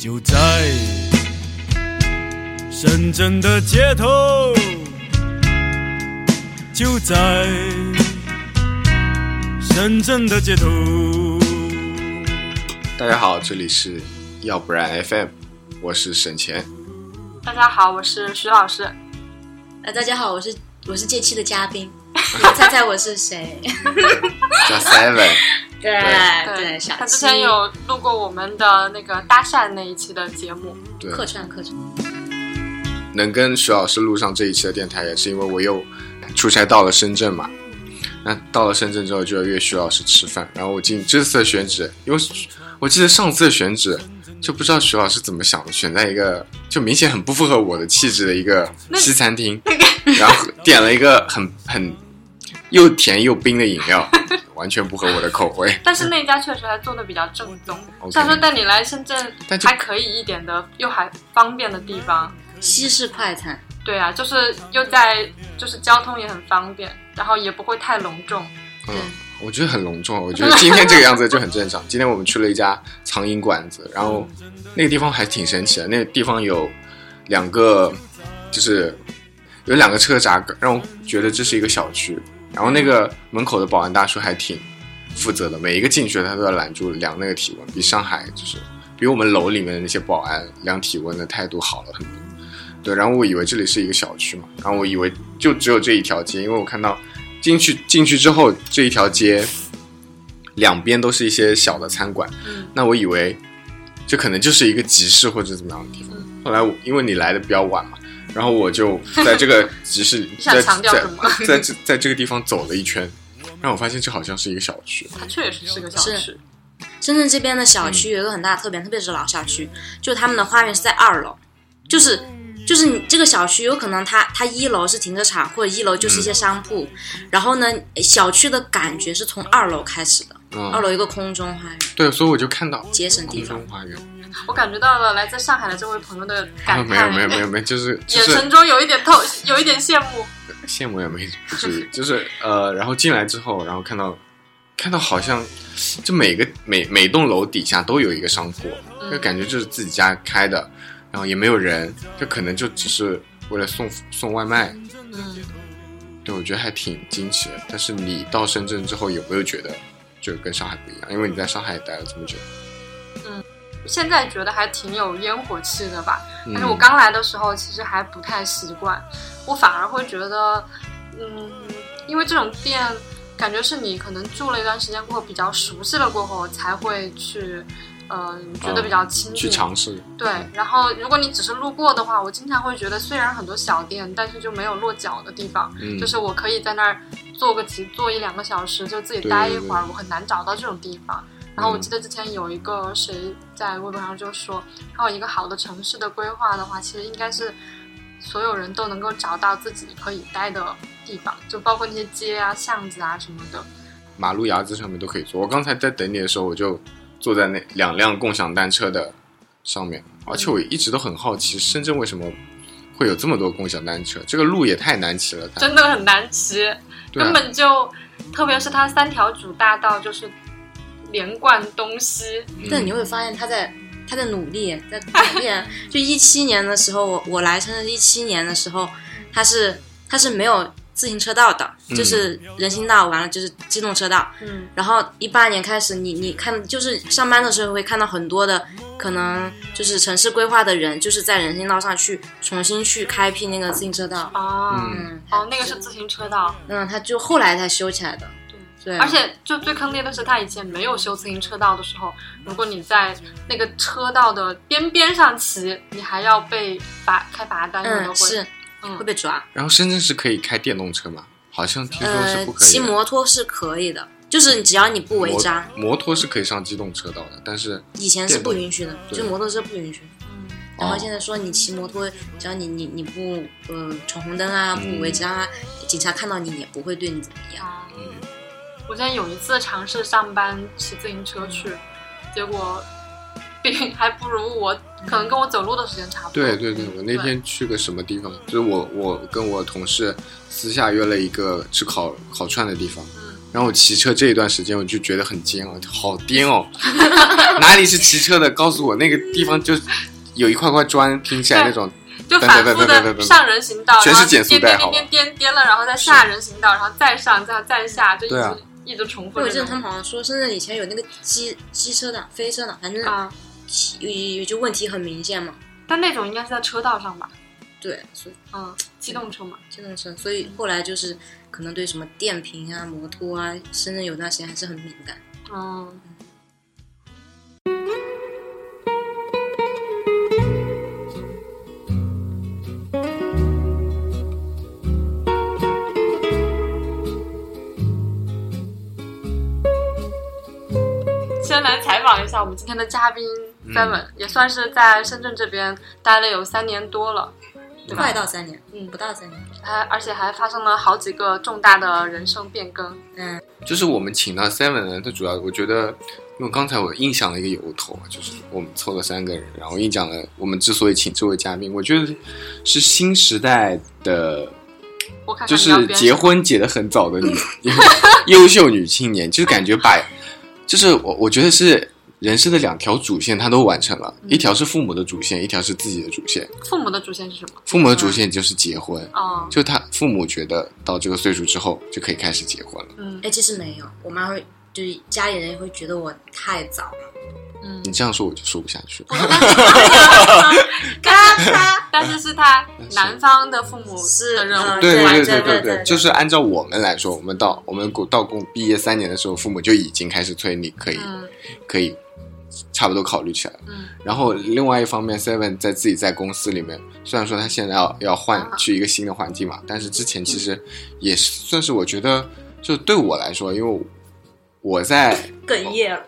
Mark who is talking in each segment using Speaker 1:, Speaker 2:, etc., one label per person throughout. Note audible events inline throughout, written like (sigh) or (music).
Speaker 1: 就在深圳的街头，就在深圳的街头。
Speaker 2: 大家好，这里是要不然 FM，我是沈钱。
Speaker 3: 大家好，我是徐老师。
Speaker 4: 呃，大家好，我是我是这期的嘉
Speaker 3: (laughs)
Speaker 4: 宾，你们猜猜我是谁？
Speaker 2: 叫 Seven， (laughs)
Speaker 4: 对
Speaker 2: 对
Speaker 4: 哎对，小
Speaker 3: 他之
Speaker 4: 七
Speaker 3: 前有录过我们的那个搭讪那一期的节目，
Speaker 2: 对，
Speaker 4: 客串客串，
Speaker 2: 能跟徐老师录上这一期的电台，也是因为我又出差到了深圳嘛。那到了深圳之后，就要约徐老师吃饭。然后我进这次的选址，因为我记得上次的选址就不知道徐老师怎么想的，选在一个就明显很不符合我的气质的一个西餐厅， (laughs) 然后点了一个很很又甜又冰的饮料，完全不合我的口味。
Speaker 3: 但是那家确实还做的比较正宗。
Speaker 2: OK
Speaker 3: 想说带你来深圳
Speaker 2: 但就
Speaker 3: 还可以一点的，又还方便的地方。
Speaker 4: 西式快餐，
Speaker 3: 对啊，就是又在就是交通也很方便，然后也不会太隆重。
Speaker 2: 嗯，我觉得很隆重，啊我觉得今天这个样子就很正常。今天我们去了一家苍蝇馆子，然后那个地方还挺神奇的，那个地方有两个，就是有两个车闸，让我觉得这是一个小区。然后那个门口的保安大叔还挺负责的，每一个进去的他都要拦住量那个体温，比上海就是比我们楼里面的那些保安量体温的态度好了很多。对，然后我以为这里是一个小区嘛，然后我以为就只有这一条街，因为我看到进去进去之后这一条街两边都是一些小的餐馆，
Speaker 3: 嗯
Speaker 2: 那我以为这可能就是一个集市或者怎么样的地方。后来我因为你来的比较晚嘛，然后我就在这个集市
Speaker 3: 想
Speaker 2: 在
Speaker 3: 强调
Speaker 2: 在
Speaker 3: 什么
Speaker 2: 在这在这个地方走了一圈，让我发现这好像是一个小区。
Speaker 3: 它确实是个小区
Speaker 4: 是，深圳这边的小
Speaker 3: 嗯
Speaker 4: 区有一个很大的特点，特别是老小区，就他们的花园是在二楼，就是就是你这个小区有可能它它一楼是停车场，或者一楼就是一些商铺，然后呢，小区的感觉是从二楼开始的，二
Speaker 2: 嗯，
Speaker 4: 楼有一个空中花园，
Speaker 2: 对，所以我就看到
Speaker 4: 节省地
Speaker 2: 空
Speaker 4: 方。
Speaker 2: 中花园。
Speaker 3: 我感觉到了来自上海的这位朋友的
Speaker 2: 啊，
Speaker 3: 感叹，
Speaker 2: 没有没有没有没有，就是就
Speaker 3: 眼
Speaker 2: 是
Speaker 3: 神中有一点透，有一点羡慕。
Speaker 2: 羡慕也没不至于，就是呃，然后进来之后，然后看到看到好像就每个每每栋楼底下都有一个商铺，
Speaker 3: 嗯
Speaker 2: 就感觉就是自己家开的，然后也没有人，就可能就只是为了送送外卖。
Speaker 3: 嗯，
Speaker 2: 对，我觉得还挺惊奇的。但是你到深圳之后，有没有觉得就跟上海不一样？因为你在上海待了这么久，
Speaker 3: 现在觉得还挺有烟火气的吧。
Speaker 2: 嗯
Speaker 3: 但是我刚来的时候其实还不太习惯，我反而会觉得，嗯，因为这种店感觉是你可能住了一段时间过后比较熟悉了过后才会去，呃，觉得比较亲
Speaker 2: 嗯去
Speaker 3: 近。
Speaker 2: 尝嗯试，
Speaker 3: 对，然后如果你只是路过的话，我经常会觉得虽然很多小店，但是就没有落脚的地方，
Speaker 2: 嗯，
Speaker 3: 就是我可以在那儿坐个几坐一两个小时，就自己待一会儿，我很难找到这种地方。然后
Speaker 2: 嗯
Speaker 3: 我记得之前有一个谁在微博上就说，还有一个好的城市的规划的话，其实应该是所有人都能够找到自己可以待的地方，就包括那些街啊、巷子啊什么的。
Speaker 2: 嗯马路牙子上面都可以坐。我刚才在等你的时候，我就坐在那两辆共享单车的上面，而且我一直都很好奇，深圳为什么会有这么多共享单车？这个路也太难骑了，它
Speaker 3: 真的很难骑，
Speaker 2: 对啊
Speaker 3: 根本就，特别是它三条主大道就是连贯东西，
Speaker 2: 嗯
Speaker 4: 但你会发现他在他在努力，在改变。 (laughs) 就一七年的时候，我我来深圳一七年的时候，它是它是没有自行车道的，
Speaker 2: 嗯
Speaker 4: 就是人行道，完了就是机动车道。
Speaker 3: 嗯，
Speaker 4: 然后一八年开始，你你看，就是上班的时候会看到很多的可能就是城市规划的人，就是在人行道上去重新去开辟那个自行车道。
Speaker 3: 啊，
Speaker 2: 嗯
Speaker 4: 嗯，
Speaker 3: 哦，那个是自行车道，
Speaker 4: 嗯，他就后来才修起来的。对，
Speaker 3: 而且就最坑爹的是，他以前没有修自行车道的时候，如果你在那个车道的边边上骑，你还要被罚开罚单，有的
Speaker 4: 嗯
Speaker 3: 会
Speaker 4: 是
Speaker 3: 嗯
Speaker 4: 会被抓。
Speaker 2: 然后深圳是可以开电动车吗？好像听说是
Speaker 4: 呃
Speaker 2: 不，可以
Speaker 4: 骑
Speaker 2: 的。
Speaker 4: 摩托是可以的，就是你只要你不违章，
Speaker 2: 摩摩托是可以上机动车道的，但是
Speaker 4: 以前是不允许的，
Speaker 2: 对
Speaker 4: 就摩托车不允许。
Speaker 3: 嗯
Speaker 4: 然
Speaker 2: 哦
Speaker 4: 后现在说你骑摩托，只要你你你不呃闯红灯啊，
Speaker 2: 嗯
Speaker 4: 不违章啊，警察看到你也不会对你怎么样。
Speaker 3: 啊
Speaker 2: 嗯
Speaker 3: 我之前有一次尝试上班骑自行车去，结果 (laughs) 比还不如我，可能跟我走路的时间差不多。
Speaker 2: 对对对，我那天去个什么地方，就是我我跟我同事私下约了一个吃烤烤串的地方，
Speaker 3: 嗯
Speaker 2: 然后我骑车这一段时间，我就觉得很煎熬，好颠哦！ (laughs) 哪里是骑车的？告诉我，那个地方就有一块块砖拼起来那种，
Speaker 3: 就反复
Speaker 2: 等等等等
Speaker 3: 的
Speaker 2: 等
Speaker 3: 上人行道，
Speaker 2: 全
Speaker 3: 然
Speaker 2: 是减
Speaker 3: 后
Speaker 2: 速
Speaker 3: 颠颠
Speaker 2: 带
Speaker 3: 颠
Speaker 2: 好吧
Speaker 3: 颠颠颠了，然后再下人行道，然后再上，再再下，就一
Speaker 2: 对啊
Speaker 3: 直一直重复
Speaker 4: 我
Speaker 3: 这
Speaker 4: 记得
Speaker 3: 种。
Speaker 4: 他们好像说，深圳以前有那个机机车党、飞车党，反正
Speaker 3: 啊，
Speaker 4: 有就问题很明显嘛。
Speaker 3: 但那种应该是在车道上吧？
Speaker 4: 对，所以
Speaker 3: 嗯，机动车嘛。
Speaker 4: 这种车，所以后来就是可能对什么电瓶啊、摩托啊，深圳有段时间还是很敏感。
Speaker 3: 嗯，先来采访一下我们今天的嘉宾 Seven，、也
Speaker 2: 嗯
Speaker 3: 算是在深圳这边待了有三年多了，对吧
Speaker 4: 快？到三年，
Speaker 3: 嗯
Speaker 4: 不到三年，
Speaker 3: 还而且还发生了好几个重大的人生变更。
Speaker 4: 嗯，
Speaker 2: 就是我们请到 Seven 呢，他主要我觉得，因为刚才我印象了一个由头，啊就是我们凑了三个人，然后印象了我们之所以请这位嘉宾，我觉得是新时代的
Speaker 3: 我看看
Speaker 2: 就
Speaker 3: 你要
Speaker 2: 是
Speaker 3: 编
Speaker 2: 结婚结得很早的女 (laughs) 优秀女青年，就是感觉把，就是我我觉得是人生的两条主线，她都完成了，一条是父母的主线，一条是自己的主线。
Speaker 3: 父母的主线是什么？
Speaker 2: 父母的主线就是结婚，
Speaker 3: 哦，
Speaker 2: 就她父母觉得到这个岁数之后就可以开始结婚了。
Speaker 3: 嗯
Speaker 4: 哎，其实没有，我妈会就是家里人也会觉得我太早了，
Speaker 3: 嗯
Speaker 2: 你，这样说我就说不下去了。
Speaker 3: 但是他， (laughs) 但是是他
Speaker 2: 是
Speaker 3: 南方的父母
Speaker 4: 是
Speaker 3: 的任务，
Speaker 4: 嗯
Speaker 2: 对对
Speaker 4: 对
Speaker 2: 对
Speaker 4: 对
Speaker 2: 对
Speaker 4: 对对
Speaker 2: 就是按照我们来说，我们到我们到工毕业三年的时候，父母就已经开始催你可以、
Speaker 3: 嗯
Speaker 2: 可以差不多考虑起来了。
Speaker 3: 嗯
Speaker 2: 然后另外一方面，Seven 在自己在公司里面，虽然说他现在要要换
Speaker 3: 啊
Speaker 2: 去一个新的环境嘛，但是之前其实也是算是我觉得，就对我来说，因为我在
Speaker 4: 哽咽 (laughs) 了。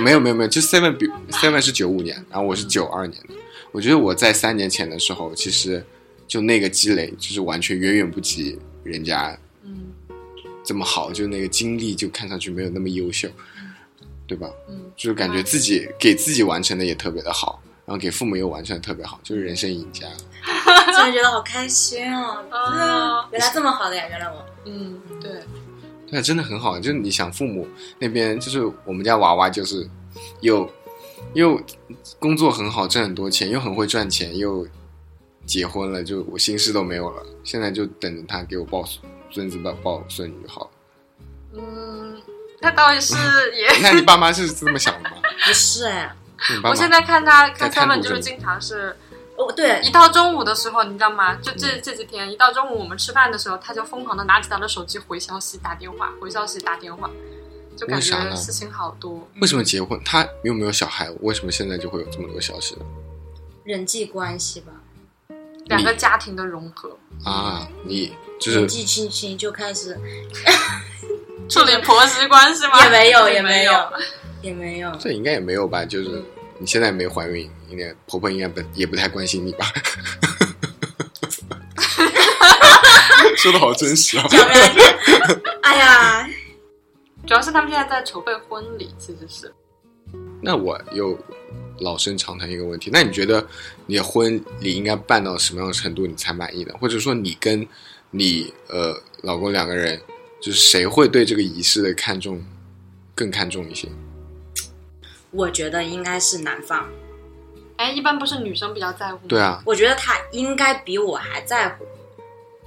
Speaker 2: 没有没有没有，就 Seven 比 Seven 是九五年，然后我是九二年的。我觉得我在三年前的时候，其实就那个积累，就是完全远远不及人家
Speaker 3: 嗯
Speaker 2: 这么好，就那个经历就看上去没有那么优秀，对吧？
Speaker 3: 嗯，
Speaker 2: 就是感觉自己给自己完成的也特别的好，然后给父母又完成的特别好，就是人生赢家。
Speaker 4: 突然觉得好开心哦！
Speaker 3: 哦
Speaker 4: (laughs) 原来这么好的呀，原来我
Speaker 3: 嗯，对，
Speaker 2: 对，啊真的很好。就是你想，父母那边就是我们家娃娃，就是又又工作很好，挣很多钱，又很会赚钱，又结婚了，就我心事都没有了。现在就等着他给我抱孙子吧，抱孙女好了。
Speaker 3: 嗯，他倒是也，
Speaker 4: 嗯
Speaker 2: 那你爸妈是这么想的吗？
Speaker 4: 不是哎，
Speaker 2: 你爸
Speaker 3: 我
Speaker 2: 妈
Speaker 3: 现在看他
Speaker 2: 在
Speaker 3: 看
Speaker 2: 看
Speaker 3: Seven
Speaker 2: 路
Speaker 3: 就是
Speaker 2: 这
Speaker 3: 经常是
Speaker 4: 哦对
Speaker 3: 一，到中午的时候，你知道吗？就
Speaker 4: 嗯
Speaker 3: 这这几天一到中午我们吃饭的时候，他就疯狂的拿起他的手机回消息、打电话，回消息、打电话，就感
Speaker 2: 为啥
Speaker 3: 觉
Speaker 2: 呢
Speaker 3: 事情好多。
Speaker 2: 为什么结婚？他又没有小孩，为什么现在就会有这么多消息呢？
Speaker 4: 人际关系吧，
Speaker 3: 两个家庭的融合，
Speaker 2: 啊，你就
Speaker 4: 年
Speaker 2: 是
Speaker 4: 纪轻轻就开始，
Speaker 3: 处理婆媳关系吗？
Speaker 4: 也
Speaker 3: (laughs)
Speaker 4: 没有，也
Speaker 3: 没
Speaker 4: 没有，也没有，
Speaker 2: 这应该也没有吧？就是你现在没怀孕，应该婆婆应该不也不太关心你吧？ (laughs) 说的好真实啊！
Speaker 4: 讲给他听。哎呀，
Speaker 3: 主要是他们现在在筹备婚礼，其实是
Speaker 2: 那我又老生常谈一个问题，那你觉得你的婚礼应该办到什么样的程度你才满意呢？或者说你跟你呃老公两个人，就是谁会对这个仪式的看重更看重一些？
Speaker 4: 我觉得应该是男方，
Speaker 3: 哎，一般不是女生比较在乎吗？
Speaker 2: 对，啊，
Speaker 4: 我觉得他应该比我还在乎。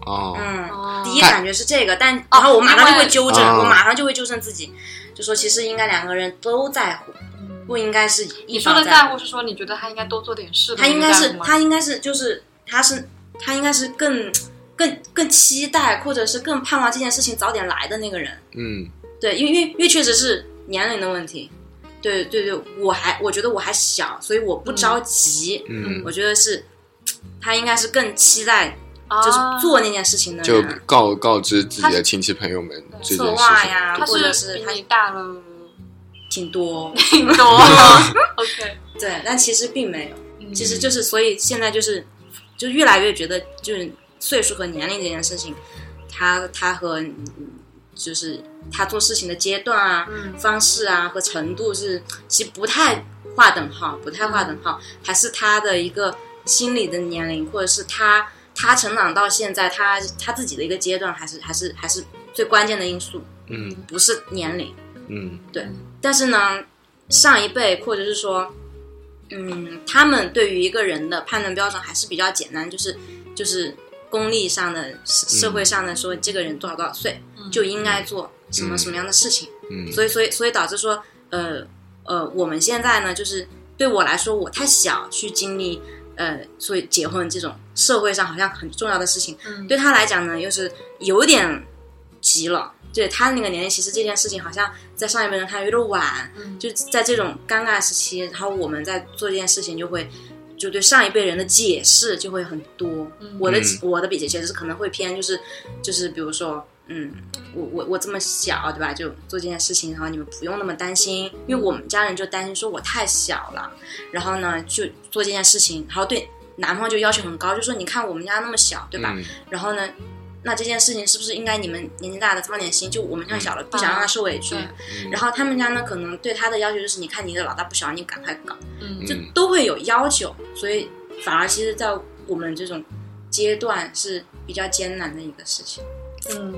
Speaker 2: 哦，
Speaker 4: 嗯，
Speaker 3: 哦、
Speaker 4: 第一感觉是这个，但然后我马上就会纠正
Speaker 2: 因，为
Speaker 4: 我马上就会纠正自己，就说其实应该两个人都在乎，
Speaker 3: 嗯
Speaker 4: 不应该是一
Speaker 3: 你说的
Speaker 4: 方
Speaker 3: 在
Speaker 4: 乎。
Speaker 3: 乎是说你觉得他应该多做点事，
Speaker 4: 他应该
Speaker 3: 你在乎
Speaker 4: 是
Speaker 3: 吗
Speaker 4: 他应该是就是他是他应该是更更更期待或者是更盼望这件事情早点来的那个人。
Speaker 2: 嗯，
Speaker 4: 对，因为因为因为确实是年龄的问题。对对对，我还我觉得我还小，所以我不着急。
Speaker 2: 嗯
Speaker 4: 我觉得是他应该是更期待
Speaker 3: 啊
Speaker 4: 就是做那件事情的
Speaker 2: 就
Speaker 4: 人，啊
Speaker 2: 告告知自己的亲戚朋友们这件事
Speaker 4: 策
Speaker 2: 情。
Speaker 4: 划呀，
Speaker 3: 他
Speaker 4: 或者
Speaker 3: 是
Speaker 4: 是
Speaker 3: 比
Speaker 4: 他
Speaker 3: 你大了
Speaker 4: 挺多。
Speaker 3: 挺多的，OK，
Speaker 4: 对，但其实并没有。
Speaker 3: 嗯
Speaker 4: 其实就是，所以现在就是，就越来越觉得，就是岁数和年龄这件事情，他他和嗯就是他做事情的阶段啊、
Speaker 3: 嗯
Speaker 4: 方式啊和程度是其实不太划等号，不太划等
Speaker 3: 嗯
Speaker 4: 号，还是他的一个心理的年龄，或者是他他成长到现在他他自己的一个阶段，还是还是还是最关键的因素。
Speaker 2: 嗯
Speaker 4: 不是年龄。
Speaker 2: 嗯
Speaker 4: 但是呢，上一辈或者是说，嗯，他们对于一个人的判断标准还是比较简单，就是就是功利上的、社社会上的说，这个人多少多少岁
Speaker 3: 嗯
Speaker 4: 就应该做什么
Speaker 2: 嗯
Speaker 4: 什么样的事情。
Speaker 2: 嗯
Speaker 4: 所以所以所以导致说，呃呃，我们现在呢，就是对我来说，我太小去经历，呃，所以结婚这种社会上好像很重要的事情，
Speaker 3: 嗯，
Speaker 4: 对他来讲呢，又是有点急了。对他那个年龄，其实这件事情好像在上一辈人看有点晚，
Speaker 3: 嗯，
Speaker 4: 就在这种尴尬时期，然后我们在做这件事情，就会就对上一辈人的解释就会很多。
Speaker 3: 嗯
Speaker 4: 我的
Speaker 2: 嗯
Speaker 4: 我的比解释可能会偏就是就是比如说，嗯，我我我这么小对吧，就做这件事情，然后你们不用那么担心，因为我们家人就担心说我太小了，然后呢就做这件事情，然后对男方就要求很高，就说你看我们家那么小对吧，
Speaker 2: 嗯
Speaker 4: 然后呢，那这件事情是不是应该你们年纪大的放点心？就我们像小的，不想让他受委屈。
Speaker 3: 嗯对
Speaker 2: 嗯
Speaker 4: 然后他们家呢，可能对他的要求就是，你看你的老大不小，你赶快搞，
Speaker 3: 嗯
Speaker 4: 就
Speaker 2: 嗯
Speaker 4: 都会有要求。所以反而其实，在我们这种阶段是比较艰难的一个事情。
Speaker 3: 嗯，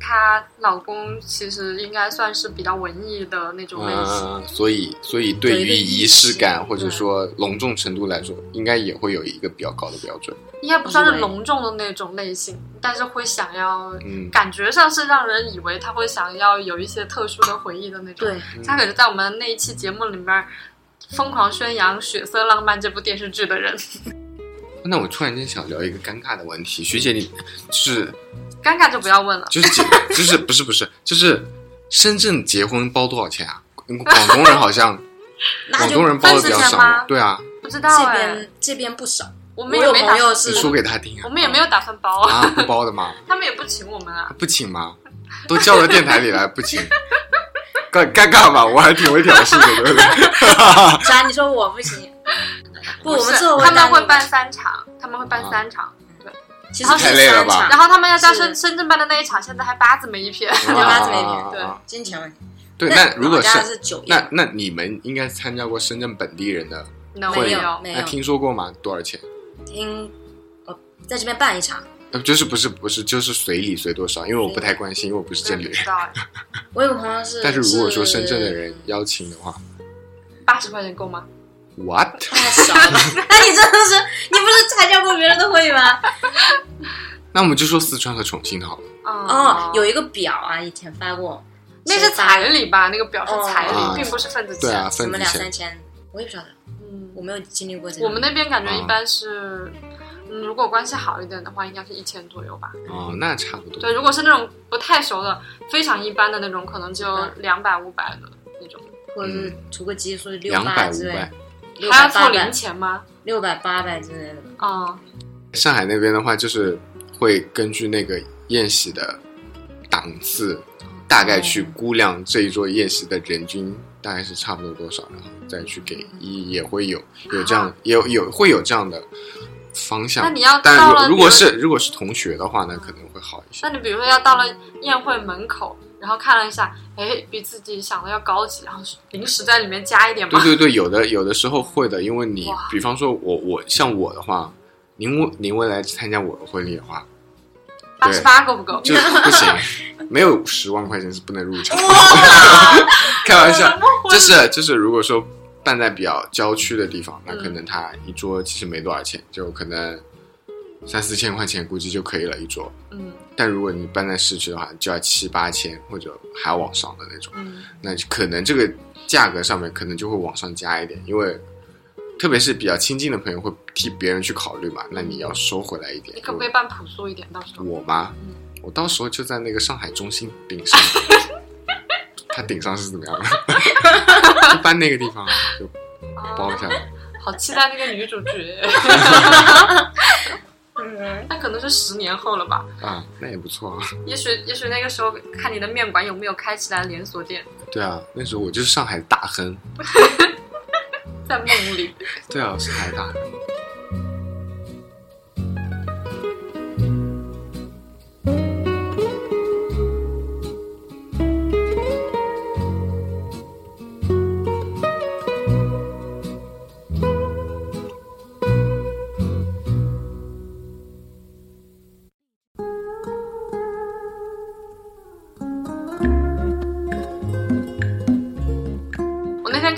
Speaker 3: 她老公其实应该算是比较文艺的那种类型。
Speaker 2: 啊，所以所以对于仪式感或者说隆重程度来说，应该也会有一个比较高的标准。
Speaker 3: 应该不算是隆重的那种类型，但是会想要，
Speaker 2: 嗯
Speaker 3: 感觉上是让人以为他会想要有一些特殊的回忆的那种。
Speaker 4: 对，
Speaker 2: 嗯
Speaker 3: 他可是在我们那一期节目里面疯狂宣扬《血色浪漫》这部电视剧的人，
Speaker 2: 那我突然间想聊一个尴尬的问题，徐姐，你就是
Speaker 3: 尴尬就不要问了。
Speaker 2: 就是结 (laughs) 就是不是不是就是深圳结婚包多少钱啊？广东人好像
Speaker 4: 那
Speaker 2: 广
Speaker 4: 就
Speaker 2: 东人包的比较
Speaker 3: 分
Speaker 2: 少
Speaker 3: 钱吗
Speaker 2: 嘛，对啊，
Speaker 3: 不知道
Speaker 4: 这
Speaker 3: 哎、
Speaker 4: (laughs) 边这边不少，
Speaker 3: 我
Speaker 4: 我
Speaker 3: 们也
Speaker 4: 有
Speaker 3: 没
Speaker 4: 朋
Speaker 3: 打，
Speaker 4: 友
Speaker 2: 你
Speaker 4: 是
Speaker 2: 说给他听
Speaker 3: 我
Speaker 2: 啊，
Speaker 3: 们也没有打算包啊，
Speaker 2: 啊不包的吗？
Speaker 3: 他们也不请我们啊。
Speaker 2: 不请吗？都叫到电台里来不请， (laughs) 尴尴尬吧？我还挺会挑事的，对不对？
Speaker 4: 啥？你说我不行。 (laughs) 不，我们
Speaker 3: 是
Speaker 4: 最后
Speaker 3: 他们
Speaker 4: 单
Speaker 3: 会
Speaker 4: 独
Speaker 3: 办，三场，他们会
Speaker 2: 啊
Speaker 3: 办三场，
Speaker 4: 其实
Speaker 2: 太
Speaker 4: 是
Speaker 2: 累了
Speaker 4: 三
Speaker 2: 吧
Speaker 4: 场
Speaker 3: 然后他们要在深
Speaker 4: 是
Speaker 3: 深圳办的那一场，现在还八字没一撇。
Speaker 4: 你要拉怎么一点
Speaker 2: 啊啊啊啊
Speaker 4: 金钱问题。
Speaker 2: 对，那如果
Speaker 4: 老家
Speaker 2: 是
Speaker 4: 是九亿，
Speaker 2: 那那你们应该参加过深圳本地人的，
Speaker 3: No，
Speaker 2: 会
Speaker 4: 没有
Speaker 3: 有，
Speaker 4: 没
Speaker 2: 那
Speaker 4: 有。
Speaker 2: 听说过吗？多少钱？
Speaker 4: 听，我在这边办一场，
Speaker 2: 呃，就是不是不是，就是随礼随多少？因为我不太关心，因为我不是
Speaker 3: 我也
Speaker 2: 这里
Speaker 3: 不
Speaker 2: 人。
Speaker 3: 知道哎，
Speaker 4: 我有个朋友是，
Speaker 2: 但是如果说深圳的人邀请的话
Speaker 3: 八十块钱够吗？
Speaker 2: ，what？
Speaker 4: 太少了， (laughs) 那你真的是，你不是参加过别人的婚礼吗？
Speaker 2: 那我们就说四川和重庆好了。
Speaker 4: 哦，有一个表啊，以前发过，
Speaker 3: 嗯那是彩礼吧？那个表是彩
Speaker 2: 哦
Speaker 3: 礼，并不是份子
Speaker 2: 对啊
Speaker 3: 钱。，
Speaker 4: 什
Speaker 2: 分
Speaker 4: 么
Speaker 2: 子
Speaker 4: 两
Speaker 2: 钱
Speaker 4: 三千，我也不晓得，
Speaker 3: 嗯
Speaker 4: 我没有经历过这个。
Speaker 3: 我们那边感觉一般是，嗯，如果关系好一点的话，应该是一千左右吧。
Speaker 2: 哦，那差不多。
Speaker 3: 对，如果是那种不太熟的、非常一般的那种，可能就
Speaker 4: 嗯
Speaker 3: 两百、五百的那种。
Speaker 4: 或者是除个基数六
Speaker 2: 两百
Speaker 4: 八
Speaker 2: 五
Speaker 4: 之类
Speaker 2: 百，，
Speaker 4: 六
Speaker 3: 还要
Speaker 4: 百
Speaker 3: 付
Speaker 4: 八
Speaker 3: 零
Speaker 4: 百、
Speaker 3: 钱吗？
Speaker 4: 六百八百之类的。
Speaker 3: 哦，
Speaker 2: 上海那边的话，就是会根据那个宴席的档次，大概去估量这一桌宴席的人均大概是差不多多少，然后再去给也也会有有这样有有会有这样的方向。
Speaker 3: 那你要到
Speaker 2: 但
Speaker 3: 了
Speaker 2: 如如果
Speaker 3: 比如
Speaker 2: 是如果是同学的话，那可能会好一些
Speaker 3: 那。你比如说要到了宴会门口，然后看了一下，哎，比自己想的要高级，然后临时在里面加一点吧
Speaker 2: 对。对对，有的有的时候会的，因为你
Speaker 3: 哇
Speaker 2: 比方说我我像我的话，您您未来参加我的婚礼的
Speaker 3: (laughs)
Speaker 2: 话，
Speaker 3: 八十八够不够？
Speaker 2: 就不行，没有十万块钱是不能入场。 (laughs) 开玩
Speaker 3: (laughs)
Speaker 2: 笑，就是就是，如果说办在比较郊区的地方，那
Speaker 3: 嗯
Speaker 2: 可能他一桌其实没多少钱，就可能三四千块钱估计就可以了一桌。
Speaker 3: 嗯
Speaker 2: 但如果你办在市区的话，就要七八千或者还往上的那种，
Speaker 3: 嗯
Speaker 2: 那就可能这个价格上面可能就会往上加一点，因为特别是比较亲近的朋友会替别人去考虑嘛，那你要收回来一点。
Speaker 3: 你可不可以办朴素一点？到时候
Speaker 2: 我吗
Speaker 3: 嗯？
Speaker 2: 我到时候就在那个上海中心顶
Speaker 4: (laughs)
Speaker 2: 上，它顶上是怎么样的？就搬那个地方啊就包一下来。
Speaker 3: 好期待那个女主
Speaker 2: (laughs)
Speaker 3: 角，
Speaker 4: 嗯，
Speaker 3: 那可能是十年后了吧？
Speaker 2: 啊，那也不错啊。
Speaker 3: 也许也许那个时候看你的面馆有没有开起来连锁店，
Speaker 2: 对啊，那时候我就是上海大亨。
Speaker 3: 在梦里。 (laughs)
Speaker 2: 对啊，上海大亨。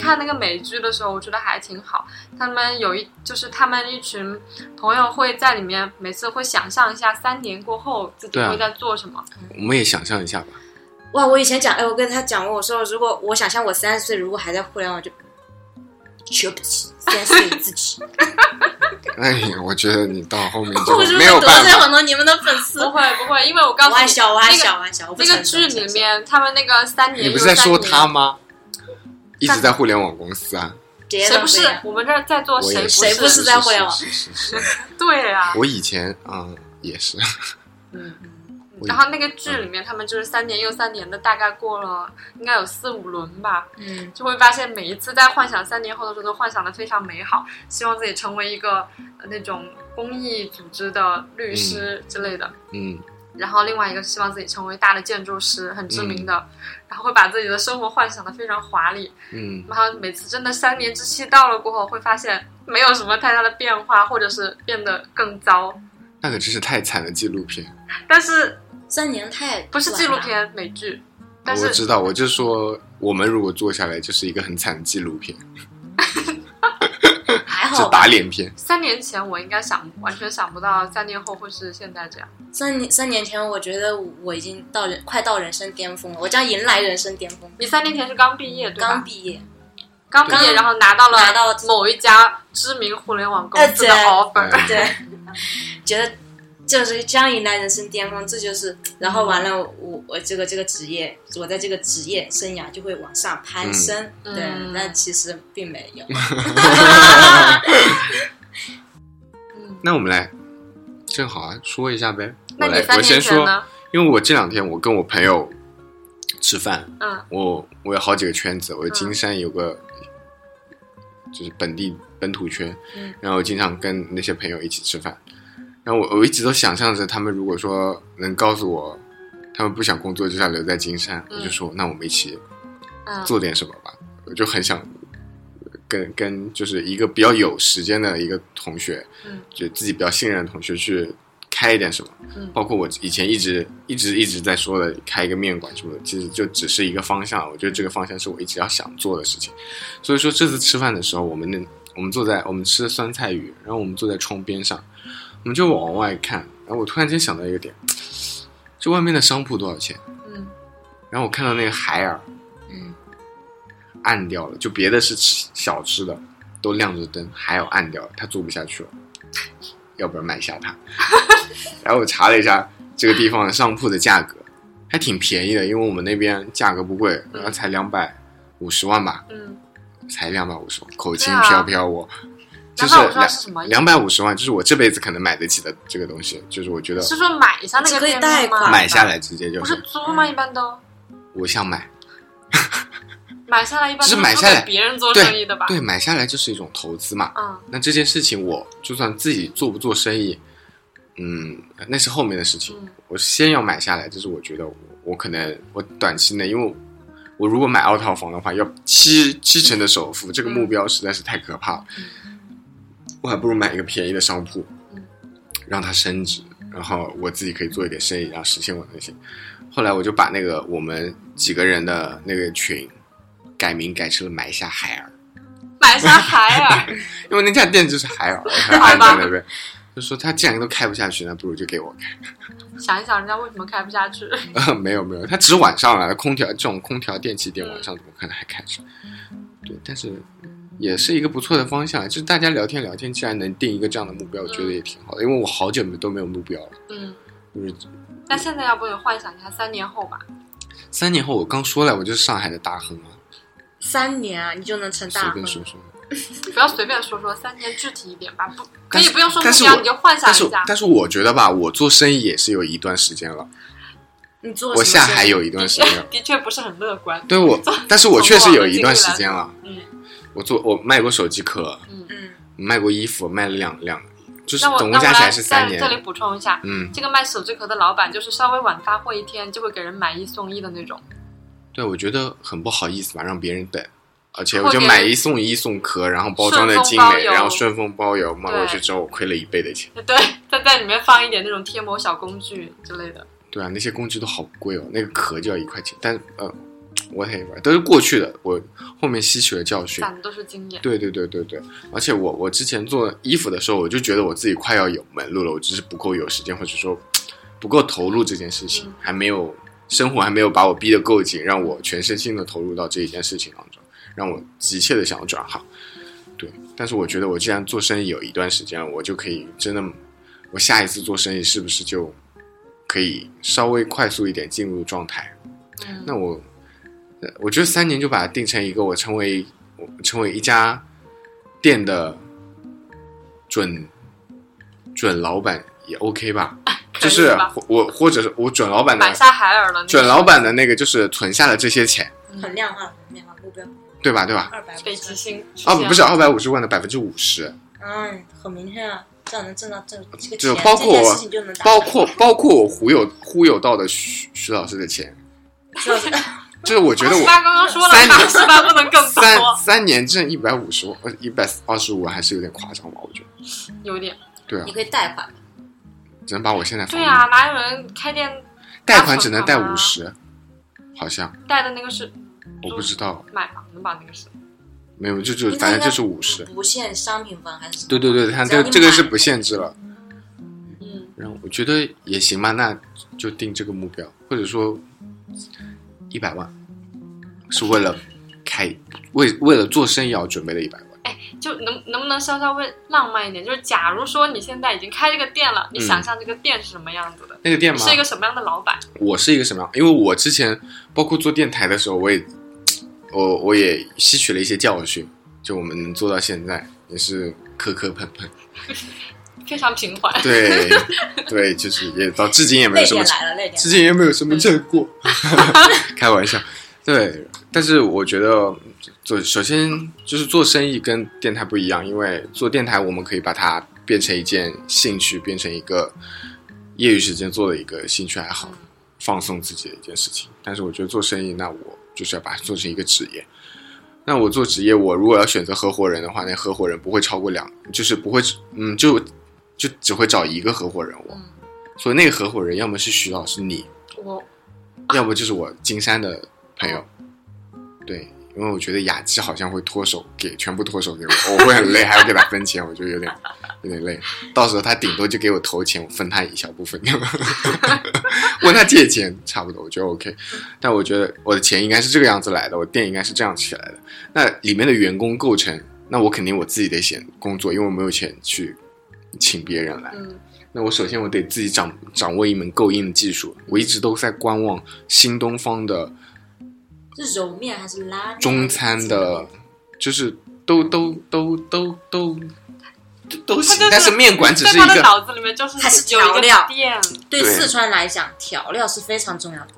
Speaker 3: 看那个美剧的时候，我觉得还挺好。他们有一就是他们一群朋友会在里面，每次会想象一下三年过后自己
Speaker 2: 对啊
Speaker 3: 会在做什么。
Speaker 2: 我们也想象一下吧。
Speaker 4: 哇，我以前讲，哎，我跟他讲过，我说如果我想象我三十岁如果还在互联网，就瞧不起三十岁的
Speaker 3: (laughs)
Speaker 4: 自己。
Speaker 2: 哎，我觉得你到后面
Speaker 4: (laughs) 我是
Speaker 2: 就
Speaker 4: 不
Speaker 2: 没
Speaker 4: 是
Speaker 2: 有
Speaker 4: 得
Speaker 2: 办
Speaker 4: 罪
Speaker 2: 法。
Speaker 4: 很多你们的粉 (laughs) 丝？
Speaker 3: 不会不会，因为我告
Speaker 4: 我
Speaker 3: 诉
Speaker 4: 爱
Speaker 3: 你，
Speaker 4: 小，我爱
Speaker 3: 那个
Speaker 4: 小，我爱小，我不
Speaker 3: 那个
Speaker 4: 承受
Speaker 3: 剧
Speaker 4: 不承
Speaker 3: 里
Speaker 4: 受
Speaker 3: 面，他们那个三年
Speaker 2: 你
Speaker 3: 又
Speaker 2: 不是在
Speaker 3: 三
Speaker 2: 说
Speaker 3: 年
Speaker 2: 他吗？一直在互联网公司啊，
Speaker 4: 别
Speaker 3: 谁
Speaker 4: 浪
Speaker 3: 不
Speaker 4: 费
Speaker 3: 是
Speaker 4: 了？
Speaker 3: 我们这儿在做
Speaker 2: 我
Speaker 3: 谁
Speaker 2: 也
Speaker 3: 不
Speaker 4: 哦谁不是在互联网
Speaker 2: 是是是是是
Speaker 3: 对啊，
Speaker 2: 我以前嗯也是，
Speaker 4: 嗯
Speaker 2: 我
Speaker 3: 然后那个剧里面，他们就是三年又三年的，大概过了应该有四五轮吧，
Speaker 4: 嗯，
Speaker 3: 就会发现每一次在幻想三年后的时候，都幻想的非常美好，希望自己成为一个呃那种公益组织的律师之类的。
Speaker 2: 嗯，
Speaker 3: 然后另外一个希望自己成为大的建筑师，很知名的，然后会把自己的生活幻想的非常华丽。
Speaker 2: 嗯，
Speaker 3: 然后每次真的三年之期到了过后，会发现没有什么太大的变化，或者是变得更糟。
Speaker 2: 那可真是太惨的纪录片。
Speaker 3: 但是
Speaker 4: 三年太
Speaker 3: 不是纪录
Speaker 4: 晚了，
Speaker 3: 片美剧，但
Speaker 2: 啊我
Speaker 3: 是
Speaker 2: 知道，我就说我们如果做下来，就是一个很惨的纪录片，
Speaker 3: 哦
Speaker 4: 还
Speaker 2: 是
Speaker 4: 好吧
Speaker 2: 打脸片。
Speaker 3: 三年前我应该想完全想不到三年后会是现在这样。
Speaker 4: 三年三年前，我觉得我已经到人快到人生巅峰了，我将迎来人生巅峰。
Speaker 3: 你三年前是刚毕业对吧？
Speaker 4: 刚毕业，
Speaker 3: 刚毕业，
Speaker 4: 刚
Speaker 3: 然后拿到了
Speaker 4: 拿到了
Speaker 3: 某一家知名互联网公司的
Speaker 4: 而且
Speaker 3: offer，
Speaker 2: 哎
Speaker 4: 对，觉得就是将迎来人生巅峰，这就是。然后完了，我我这个这个职业，我在这个职业生涯就会往上攀升。
Speaker 3: 嗯
Speaker 4: 对
Speaker 3: 嗯，
Speaker 4: 但其实并没有。
Speaker 3: 嗯，
Speaker 2: 那我们来，正好啊，说一下呗。
Speaker 3: (laughs) 那
Speaker 2: 我
Speaker 3: 你
Speaker 2: 来，
Speaker 3: 三
Speaker 2: 我
Speaker 3: 年
Speaker 2: 先
Speaker 3: 前
Speaker 2: 说，
Speaker 3: 呢？
Speaker 2: 因为我这两天我跟我朋友吃饭，
Speaker 3: 嗯
Speaker 2: 我我有好几个圈子，我在金山有个、就是本地本土圈，
Speaker 3: 嗯
Speaker 2: 然后我经常跟那些朋友一起吃饭，然后我我一直都想象着他们如果说能告诉我他们不想工作就想留在金山，
Speaker 3: 嗯
Speaker 2: 我就说那我们一起
Speaker 3: 嗯，
Speaker 2: 做点什么吧，我就很想。跟跟就是一个比较有时间的一个同学，
Speaker 3: 嗯
Speaker 2: 就自己比较信任的同学去开一点什么，
Speaker 3: 嗯
Speaker 2: 包括我以前一直一直一直在说的开一个面馆什么的，其实就只是一个方向。我觉得这个方向是我一直要想做的事情。所以说这次吃饭的时候，我们那我们坐在我们吃酸菜鱼，然后我们坐在窗边上，我们就往外看。然后我突然间想到一个点，就外面的商铺多少钱？
Speaker 3: 嗯
Speaker 2: 然后我看到那个海尔
Speaker 4: 嗯，
Speaker 2: 暗掉了，就别的是吃小吃的都亮着灯，海尔暗掉了，他做不下去了， (laughs) 要不要买下它？ (laughs) 然后我查了一下这个地方的商铺的价格，还挺便宜的，因为我们那边价格不贵，然后才两百五十万吧，
Speaker 3: 嗯，
Speaker 2: 才两百五十万，口
Speaker 3: 对
Speaker 2: 轻
Speaker 3: 啊
Speaker 2: 飘飘我。就是
Speaker 3: 250万是什么意思
Speaker 2: 两百五十万，就是我这辈子可能买得起的这个东西，就是我觉得
Speaker 3: 是说买一下那个
Speaker 4: 是可以
Speaker 3: 店
Speaker 4: 贷
Speaker 3: 面吗？
Speaker 4: 款嗯
Speaker 2: 买下来直接就
Speaker 3: 不是
Speaker 2: 是，
Speaker 3: 租吗？一般都
Speaker 2: 我想买，
Speaker 3: 买下来一般
Speaker 2: 是
Speaker 3: 都
Speaker 2: 买
Speaker 3: 租
Speaker 2: 下来
Speaker 3: 给别人做生意的吧？
Speaker 2: 对，买下来就是一种投资嘛。
Speaker 3: 嗯
Speaker 2: 那这件事情，我就算自己做不做生意，嗯，那是后面的事情。
Speaker 3: 嗯
Speaker 2: 我先要买下来，这是我觉得我我可能我短期内，因为我如果买二套房的话，要七七成的首付，这个目标实在是太可怕了。我还不如买一个便宜的商铺
Speaker 3: 嗯，
Speaker 2: 让它升值，然后我自己可以做一点生意，然后实现我的那些。后来我就把那个我们几个人的那个群改名改成了“买下海尔”。
Speaker 3: 买下啊海
Speaker 2: (laughs)
Speaker 3: 尔，
Speaker 2: 因为那家店就是海
Speaker 3: (laughs)
Speaker 2: 尔，还有安在那边，就说他既然都开不下去，那不如就给我开。呃
Speaker 3: 想一想人家为什么开不下去？
Speaker 2: 没有没有，他只是晚上了，空调这种空调电器店晚上怎么可能还开着？对，但是也是一个不错的方向，就是大家聊天聊天，既然能定一个这样的目标，我觉得也挺好的，因为我好久没都没有目标了，
Speaker 3: 嗯，
Speaker 2: 就是
Speaker 3: 那现在要不你幻想一下三年后吧？
Speaker 2: 三年后我刚说了，我就是上海的大亨啊，
Speaker 4: 三年啊，你就能成
Speaker 2: 随
Speaker 4: 大亨
Speaker 2: 便。说说。
Speaker 3: 不要随便说说，三年具体一点吧，不可
Speaker 2: 但
Speaker 3: 以
Speaker 2: 是
Speaker 3: 不用说目
Speaker 2: 但是
Speaker 3: 标，
Speaker 2: 我
Speaker 3: 你就幻想
Speaker 2: 但是
Speaker 3: 一下。
Speaker 2: 但是我觉得吧，我做生意也是有一段时间了，
Speaker 4: 你做
Speaker 2: 我
Speaker 4: 什么
Speaker 2: 下
Speaker 4: 生意
Speaker 2: 海有一段
Speaker 3: 的
Speaker 2: 时
Speaker 3: 确，
Speaker 2: 间了
Speaker 3: (laughs) 的确不是很乐观。
Speaker 2: 对
Speaker 3: (laughs)
Speaker 2: 我，但 (laughs) 是我确实有一段时间了。
Speaker 3: 嗯
Speaker 2: 我做我卖过手机壳，
Speaker 3: 嗯，
Speaker 4: 嗯，
Speaker 2: 卖过衣服，卖了两两，就是
Speaker 3: 那我
Speaker 2: 总
Speaker 3: 那
Speaker 2: 共加
Speaker 3: 我
Speaker 2: 起
Speaker 3: 来
Speaker 2: 来是三
Speaker 3: 在
Speaker 2: 年
Speaker 3: 这。里补充一下，
Speaker 2: 嗯，
Speaker 3: 这个卖手机壳的老板就是稍微晚发货一天就会给人买一送一的那种。
Speaker 2: 对，我觉得很不好意思吧，让别人等，而且
Speaker 3: 或
Speaker 2: 我就
Speaker 3: 者
Speaker 2: 买一送一送壳，然后包装的
Speaker 3: 顺丰
Speaker 2: 精
Speaker 3: 包
Speaker 2: 美，
Speaker 3: 邮
Speaker 2: 然后顺丰包邮，卖过
Speaker 3: 对
Speaker 2: 去之后我亏了一倍的钱。
Speaker 3: 对，再在里面放一点那种贴膜小工具之类的。
Speaker 2: 对啊，那些工具都好贵哦，那个壳就要一块钱，但呃， whatever，都是过去的，我后面吸取了教训。
Speaker 3: 攒的都是经验。
Speaker 2: 对对对对对，而且我我之前做衣服的时候，我就觉得我自己快要有门路了，我只是不够有时间，或者说不够投入这件事情
Speaker 3: 嗯，
Speaker 2: 还没有生活还没有把我逼得够紧，让我全身心的投入到这一件事情当中，让我急切的想要转行。对，但是我觉得我既然做生意有一段时间了，我就可以真的，我下一次做生意是不是就可以稍微快速一点进入状态？
Speaker 3: 嗯，
Speaker 2: 那我，呃我觉得三年就把它定成一个我成为我成为一家店的准准老板也 OK 吧？就
Speaker 3: 可以
Speaker 2: 是
Speaker 3: 吧
Speaker 2: 我我或者是我准老板的
Speaker 3: 买下海尔了，那
Speaker 2: 准
Speaker 3: 个
Speaker 2: 老板的那个就是存下了这些钱，
Speaker 4: 很量化，很量化目
Speaker 3: 啊
Speaker 4: 标，
Speaker 2: 对吧？对吧？
Speaker 4: 二百
Speaker 3: 北极星
Speaker 2: 啊，不是，二百五十万的百分之五十，
Speaker 4: 嗯，很明确啊，这样能挣到这这个
Speaker 2: 就
Speaker 4: 钱，
Speaker 2: 包括
Speaker 4: 这件
Speaker 2: 我
Speaker 4: 事情就能达
Speaker 2: 包
Speaker 4: 到
Speaker 2: 括包括我忽悠忽悠到的徐徐老师的钱，
Speaker 4: 徐老师，
Speaker 2: 就是我觉得
Speaker 3: 八
Speaker 2: 我
Speaker 3: 啊十八刚刚说了，
Speaker 2: 三
Speaker 3: 八十八不能更
Speaker 2: 三
Speaker 3: 多，
Speaker 2: 三年挣一百五十万，呃一百二十五万还是有点夸张吧？我觉得，
Speaker 3: 有点。
Speaker 2: 对啊
Speaker 4: 你，可以贷款，
Speaker 2: 只能把我现在房
Speaker 3: 对
Speaker 2: 子
Speaker 3: 啊，哪有人开店
Speaker 2: 贷款只能贷
Speaker 3: 拿手
Speaker 2: 五
Speaker 3: 房
Speaker 2: 十，好像
Speaker 3: 贷的那个是
Speaker 2: 我不知道，
Speaker 3: 买房的吧？那个是
Speaker 2: 没有，就就反正就是五十。
Speaker 4: 不限商品房还是什么
Speaker 2: 对对对，它
Speaker 4: 只要
Speaker 2: 这
Speaker 4: 你
Speaker 2: 这个
Speaker 4: 买
Speaker 2: 是不限制了，
Speaker 3: 嗯，
Speaker 2: 然后我觉得也行吧，那就定这个目标，或者说一百万，是为了开为为了做生意而准备的一百万。
Speaker 3: 就能能不能稍稍微浪漫一点？就是假如说你现在已经开这个店了，你
Speaker 2: 嗯
Speaker 3: 想象这个店是什么样子的？
Speaker 2: 那个店
Speaker 3: 你
Speaker 2: 吗？
Speaker 3: 是一个什么样的老板？
Speaker 2: 我是一个什么样？因为我之前包括做电台的时候，我也我我也吸取了一些教训，就我们能做到现在也是磕磕碰碰。
Speaker 3: 非常平缓。
Speaker 4: (laughs)
Speaker 2: 对，对，就是也到至今也没
Speaker 4: 泪
Speaker 2: 有什么
Speaker 4: 点，来了，泪点
Speaker 2: 至今也没有什么成果， (laughs) 开玩笑。对，但是我觉得做首先就是做生意跟电台不一样，因为做电台我们可以把它变成一件兴趣，变成一个业余时间做的一个兴趣爱好，放松自己的一件事情。但是我觉得做生意，那我就是要把它做成一个职业。那我做职业，我如果要选择合伙人的话，那合伙人不会超过两，就是不会，嗯，就就只会找一个合伙人我。
Speaker 3: 嗯
Speaker 2: 所以那个合伙人要么是徐老师你，
Speaker 3: 我
Speaker 2: 要不就是我金山的朋友。对，因为我觉得雅姬好像会脱手给全部脱手给我， (laughs) 我会很累，还要给他分钱，我就有点 (laughs) 有点累。到时候他顶多就给我投钱，我分他一小部分， (laughs) 问他借钱差不多，我觉得 OK。但我觉得我的钱应该是这个样子来的，我店应该是这样起来的。那里面的员工构成，那我肯定我自己得先工作，因为我没有钱去请别人来。
Speaker 3: 嗯，
Speaker 2: 那我首先我得自己掌掌握一门够硬的技术。我一直都在观望新东方的
Speaker 4: 是揉面还是拉面
Speaker 2: 中餐的，就是都都都都都都都
Speaker 3: 他
Speaker 2: 行
Speaker 3: 就，
Speaker 2: 但是面馆只
Speaker 3: 在
Speaker 2: 是
Speaker 3: 他
Speaker 2: 一
Speaker 3: 的
Speaker 2: 个
Speaker 3: 脑子里面就是
Speaker 4: 还是
Speaker 3: 有一
Speaker 4: 调
Speaker 3: 个
Speaker 4: 料
Speaker 3: 店，
Speaker 4: 对
Speaker 2: 对
Speaker 4: 四川来讲，调料是非常重要的，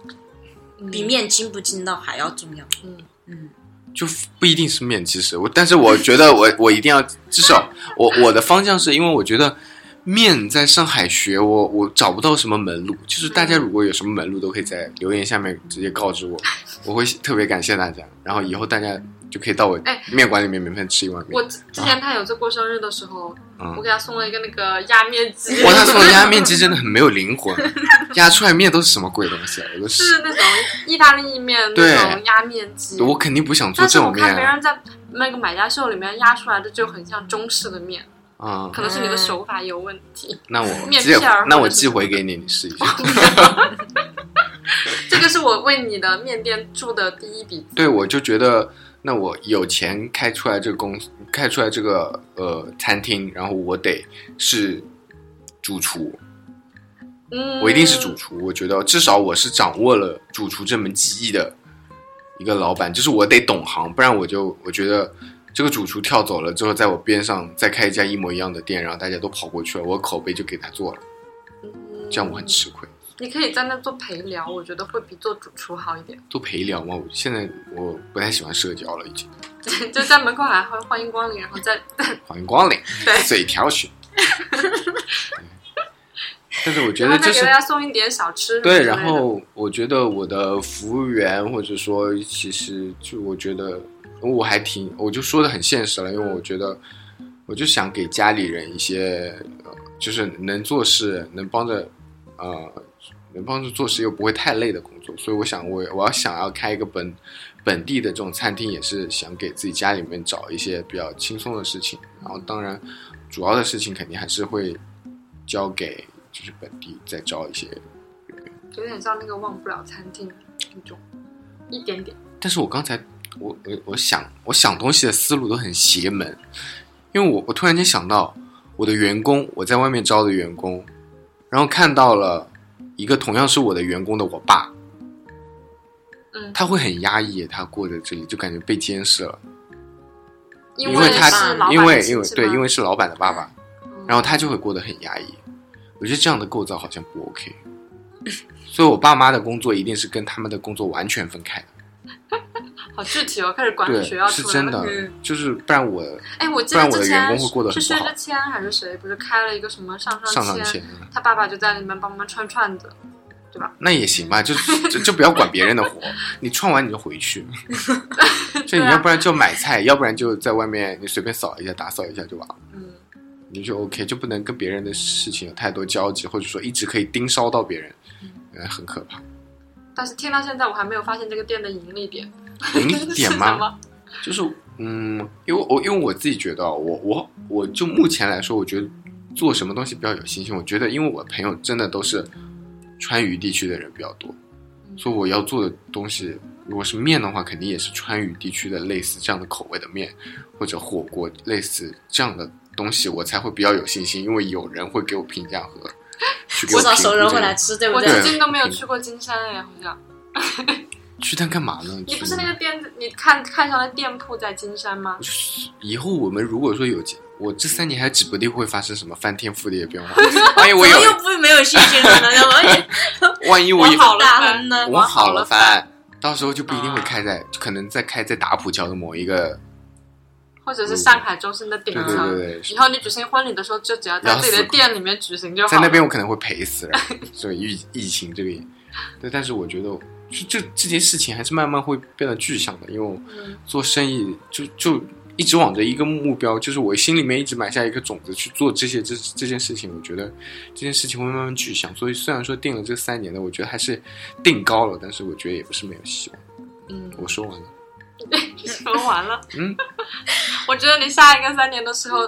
Speaker 3: 嗯
Speaker 4: 比面筋不筋道还要重要。
Speaker 3: 嗯
Speaker 4: 嗯，
Speaker 2: 就不一定是面，其实我但是我觉得我我一定要至少我我的方向是因为我觉得。面在上海学我，我找不到什么门路。就是大家如果有什么门路，都可以在留言下面直接告知我，我会特别感谢大家。然后以后大家就可以到我
Speaker 3: 哎
Speaker 2: 面馆里面免费吃一碗面。
Speaker 3: 我之之前他有次过生日的时候，
Speaker 2: 嗯
Speaker 3: 我给他送了一个那个压面机，
Speaker 2: 哇，他说的压面机真的很没有灵魂，压出来面都是什么鬼东西啊？我都，
Speaker 3: 就是 (laughs) 是那种意大利面
Speaker 2: 对
Speaker 3: 那种压面机。
Speaker 2: 我肯定不想做
Speaker 3: 但
Speaker 2: 这
Speaker 3: 是我
Speaker 2: 种面
Speaker 3: 看别
Speaker 2: 啊
Speaker 3: 人在那个买家秀里面压出来的就很像中式的面，
Speaker 2: 啊！
Speaker 3: 可能是你的手法有问题。
Speaker 2: 那我
Speaker 3: 面
Speaker 2: 寄
Speaker 3: 片儿
Speaker 2: 那
Speaker 3: 或
Speaker 2: 我
Speaker 3: 者是
Speaker 2: 寄回给你，你试一下。
Speaker 3: 这个是我为你的面店注的第一笔。
Speaker 2: 对，我就觉得，那我有钱开出来这个公司，开出来这个呃餐厅，然后我得是主厨，
Speaker 3: 嗯，
Speaker 2: 我一定是主厨。我觉得至少我是掌握了主厨这门技艺的一个老板，就是我得懂行，不然我就我觉得这个主厨跳走了之后，在我边上再开一家一模一样的店，然后大家都跑过去了，我口碑就给他做了，
Speaker 3: 嗯，
Speaker 2: 这样我很吃亏。
Speaker 3: 你可以在那做陪聊，我觉得会比做主厨好一点。 (laughs)
Speaker 2: 做陪聊嘛，我现在我不太喜欢社交了，已经。
Speaker 3: 就在门口喊欢欢迎光临，然后再
Speaker 2: 欢迎光临，
Speaker 3: 对
Speaker 2: 嘴瓢选。
Speaker 3: (laughs)
Speaker 2: 嗯但是我觉
Speaker 3: 然
Speaker 2: 得
Speaker 3: 后再
Speaker 2: 就
Speaker 3: 给
Speaker 2: 是
Speaker 3: 大家送一点小吃什么之
Speaker 2: 对，
Speaker 3: 类的。
Speaker 2: 然后我觉得我的服务员或者说，其实就我觉得我还挺，我就说的很现实了，因为
Speaker 3: 嗯
Speaker 2: 我觉得我就想给家里人一些，呃就是能做事，能帮着呃能帮助做事又不会太累的工作，所以我想我我要想要开一个本本地的这种餐厅，也是想给自己家里面找一些比较轻松的事情。然后当然，主要的事情肯定还是会交给就是本地再招一些人员。
Speaker 3: 有点像那个忘不了餐厅那种，一点点。
Speaker 2: 但是我刚才我我我想我想东西的思路都很邪门，因为我我突然间想到我的员工，我在外面招的员工，然后看到了一个同样是我的员工的我爸，
Speaker 3: 嗯，
Speaker 2: 他会很压抑，他过在这里就感觉被监视了，因
Speaker 3: 为是老
Speaker 2: 他
Speaker 3: 板
Speaker 2: 因为
Speaker 3: 的亲戚
Speaker 2: 因为
Speaker 3: 吗
Speaker 2: 对因为是老板的爸爸，
Speaker 3: 嗯
Speaker 2: 然后他就会过得很压抑。我觉得这样的构造好像不 OK，所以我爸妈的工作一定是跟他们的工作完全分开的。
Speaker 3: 好具体哦，开始管理
Speaker 2: 对
Speaker 3: 学校，
Speaker 2: 是
Speaker 3: 出来
Speaker 2: 真
Speaker 3: 了
Speaker 2: 的
Speaker 3: 嗯，
Speaker 2: 就是不然我
Speaker 3: 哎，我记
Speaker 2: 不
Speaker 3: 得
Speaker 2: 然我的
Speaker 3: 之
Speaker 2: 员
Speaker 3: 前
Speaker 2: 工会过得
Speaker 3: 是
Speaker 2: 很
Speaker 3: 薛
Speaker 2: 不好
Speaker 3: 之谦还是谁，不是开了一个什么上
Speaker 2: 上上
Speaker 3: 签，
Speaker 2: 签，
Speaker 3: 他爸爸就在里面帮忙串串子。
Speaker 2: 那也行吧，就就就不要管别人的活，你串完你就回
Speaker 3: (laughs)
Speaker 2: 去。所
Speaker 3: 啊
Speaker 2: 以你要不然就买菜，要不然就在外面你随便扫一下、打扫一下就完了，
Speaker 3: 嗯，
Speaker 2: 你就 OK，就不能跟别人的事情有太多交集，或者说一直可以盯梢到别人，
Speaker 3: 嗯
Speaker 2: 呃，很可怕。
Speaker 3: 但是听到现在我还没有发现这个店的盈利点，
Speaker 2: 盈利点
Speaker 3: (laughs) 是什
Speaker 2: 吗？
Speaker 3: 么？
Speaker 2: 就是嗯，因为我因为我自己觉得，啊我我我就目前来说，我觉得做什么东西比较有信心。我觉得，因为我朋友真的都是川渝地区的人比较多，所以我要做的东西，如果是面的话，肯定也是川渝地区的类似这样的口味的面，或者火锅类似这样的东西，我才会比较有信心，因为有人会给我评价和去给
Speaker 4: 至
Speaker 2: 我
Speaker 4: 少
Speaker 2: 评
Speaker 4: 熟
Speaker 2: 估
Speaker 4: 人
Speaker 2: 这
Speaker 4: 会
Speaker 2: 个
Speaker 4: 来吃，对不
Speaker 3: 我
Speaker 4: 对
Speaker 2: 对？
Speaker 3: 至今都没有去过金山哎，好像。
Speaker 2: 去他干嘛呢？
Speaker 3: 你不
Speaker 2: 去
Speaker 3: 是那个店，你看看上的店铺在金山吗？
Speaker 2: 以后我们如果说有，我这三年还指不定会发生什么翻天覆地的变化。万一我
Speaker 4: 怎么又
Speaker 2: 有，
Speaker 4: 不没有信心了呢？我也
Speaker 2: 万 (laughs) 一我有，
Speaker 3: 好了
Speaker 4: 大
Speaker 3: 翻
Speaker 4: 亨呢？
Speaker 2: 我好
Speaker 3: 了
Speaker 2: 了翻，到时候就不一定会开在，可能再开在打浦桥的某一个，
Speaker 3: 或者是上海中心的顶
Speaker 2: 对对
Speaker 3: 层
Speaker 2: 对。对，
Speaker 3: 啊以后你举行婚礼的时候，就只要在自己的店里面举行就好
Speaker 2: 在
Speaker 3: 了。
Speaker 2: 那边我可能会赔死了，所以疫疫情这个也，对，但是我觉得就这这件事情还是慢慢会变得具象的，因为我
Speaker 3: 嗯
Speaker 2: 做生意就就一直往着一个目标，就是我心里面一直埋下一个种子去做这些这这件事情，我觉得这件事情会慢慢具象。所以虽然说定了这三年的，我觉得还是定高了，但是我觉得也不是没有希望。
Speaker 3: 嗯，
Speaker 2: 我说完了，
Speaker 3: 说完了。
Speaker 2: (laughs) 嗯，
Speaker 3: (laughs) 我觉得你下一个三年的时候，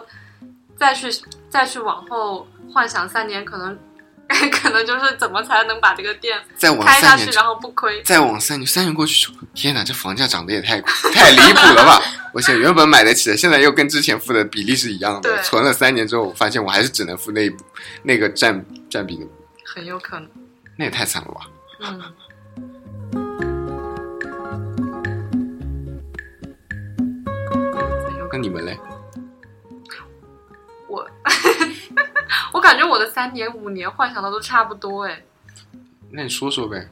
Speaker 3: 再去再去往后幻想三年，可能 (laughs) 可能就是怎么才能把这个店
Speaker 2: 再往
Speaker 3: 开下
Speaker 2: 三
Speaker 3: 去，
Speaker 2: 年，
Speaker 3: 然后不亏。
Speaker 2: 再往三年，三年过去，天哪，这房价涨得也太太离谱了吧！我想原本买得起的，现在又跟之前付的比例是一样的。
Speaker 3: 对
Speaker 2: 存了三年之后，我发现我还是只能付那一部那个占占比的，
Speaker 3: 很有可能。
Speaker 2: 那也太惨了吧！
Speaker 3: 嗯，很有可
Speaker 2: 那你们嘞？
Speaker 3: 能我 (laughs) 我感觉我的三年五年幻想的都差不多哎。
Speaker 2: 那你说说呗。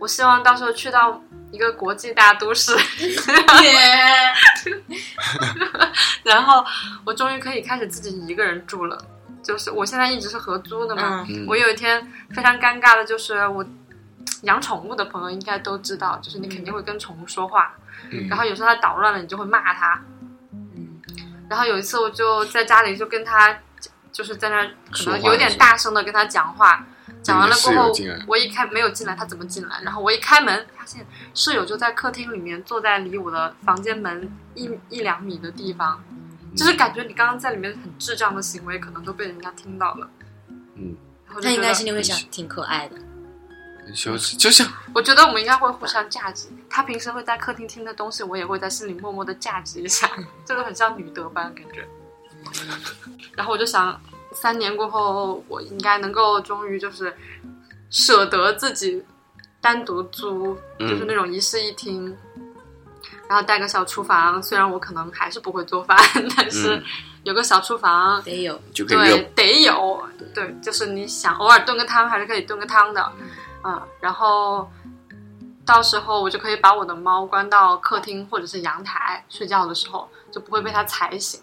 Speaker 3: 我希望到时候去到一个国际大都市， (laughs)
Speaker 4: 耶
Speaker 3: 然后我终于可以开始自己一个人住了。就是我现在一直是合租的嘛，
Speaker 4: 嗯，
Speaker 2: 嗯
Speaker 3: 我有一天非常尴尬的就是我。养宠物的朋友应该都知道，就是你肯定会跟宠物说话，
Speaker 2: 嗯
Speaker 3: 然后有时候它捣乱了，你就会骂它。
Speaker 4: 嗯
Speaker 3: 然后有一次我就在家里就跟它，就是在那儿可
Speaker 2: 说
Speaker 3: 能
Speaker 2: 话
Speaker 3: 有点大声的跟它讲话，讲完了过
Speaker 2: 你的室
Speaker 3: 后
Speaker 2: 友进来，
Speaker 3: 我一开没有进来，它怎么进来？然后我一开门，发现室友就在客厅里面，坐在离我的房间门一一两米的地方，
Speaker 2: 嗯
Speaker 3: 就是感觉你刚刚在里面很智障的行为，可能都被人家听到了。
Speaker 2: 嗯，
Speaker 3: 然后就
Speaker 4: 他应
Speaker 3: 觉
Speaker 4: 该
Speaker 3: 得
Speaker 4: 心里会想，挺可
Speaker 2: (laughs)
Speaker 4: 爱的。
Speaker 2: 很羞耻，就像
Speaker 3: 我觉得我们应该会互相价值。他平时会在客厅听的东西，我也会在心里默默的价值一下，就是很像女德班感觉。然后我就想，三年过后，我应该能够终于就是舍得自己单独租，
Speaker 2: 嗯
Speaker 3: 就是那种一室一厅，然后带个小厨房。虽然我可能还是不会做饭，但是
Speaker 2: 嗯
Speaker 3: 有个小厨房，
Speaker 4: 得有，
Speaker 2: 就可以
Speaker 3: 对
Speaker 2: 热，
Speaker 3: 得有，对，就是你想偶尔炖个汤还是可以炖个汤的，嗯，然后到时候我就可以把我的猫关到客厅或者是阳台睡觉的时候，就不会被它踩醒。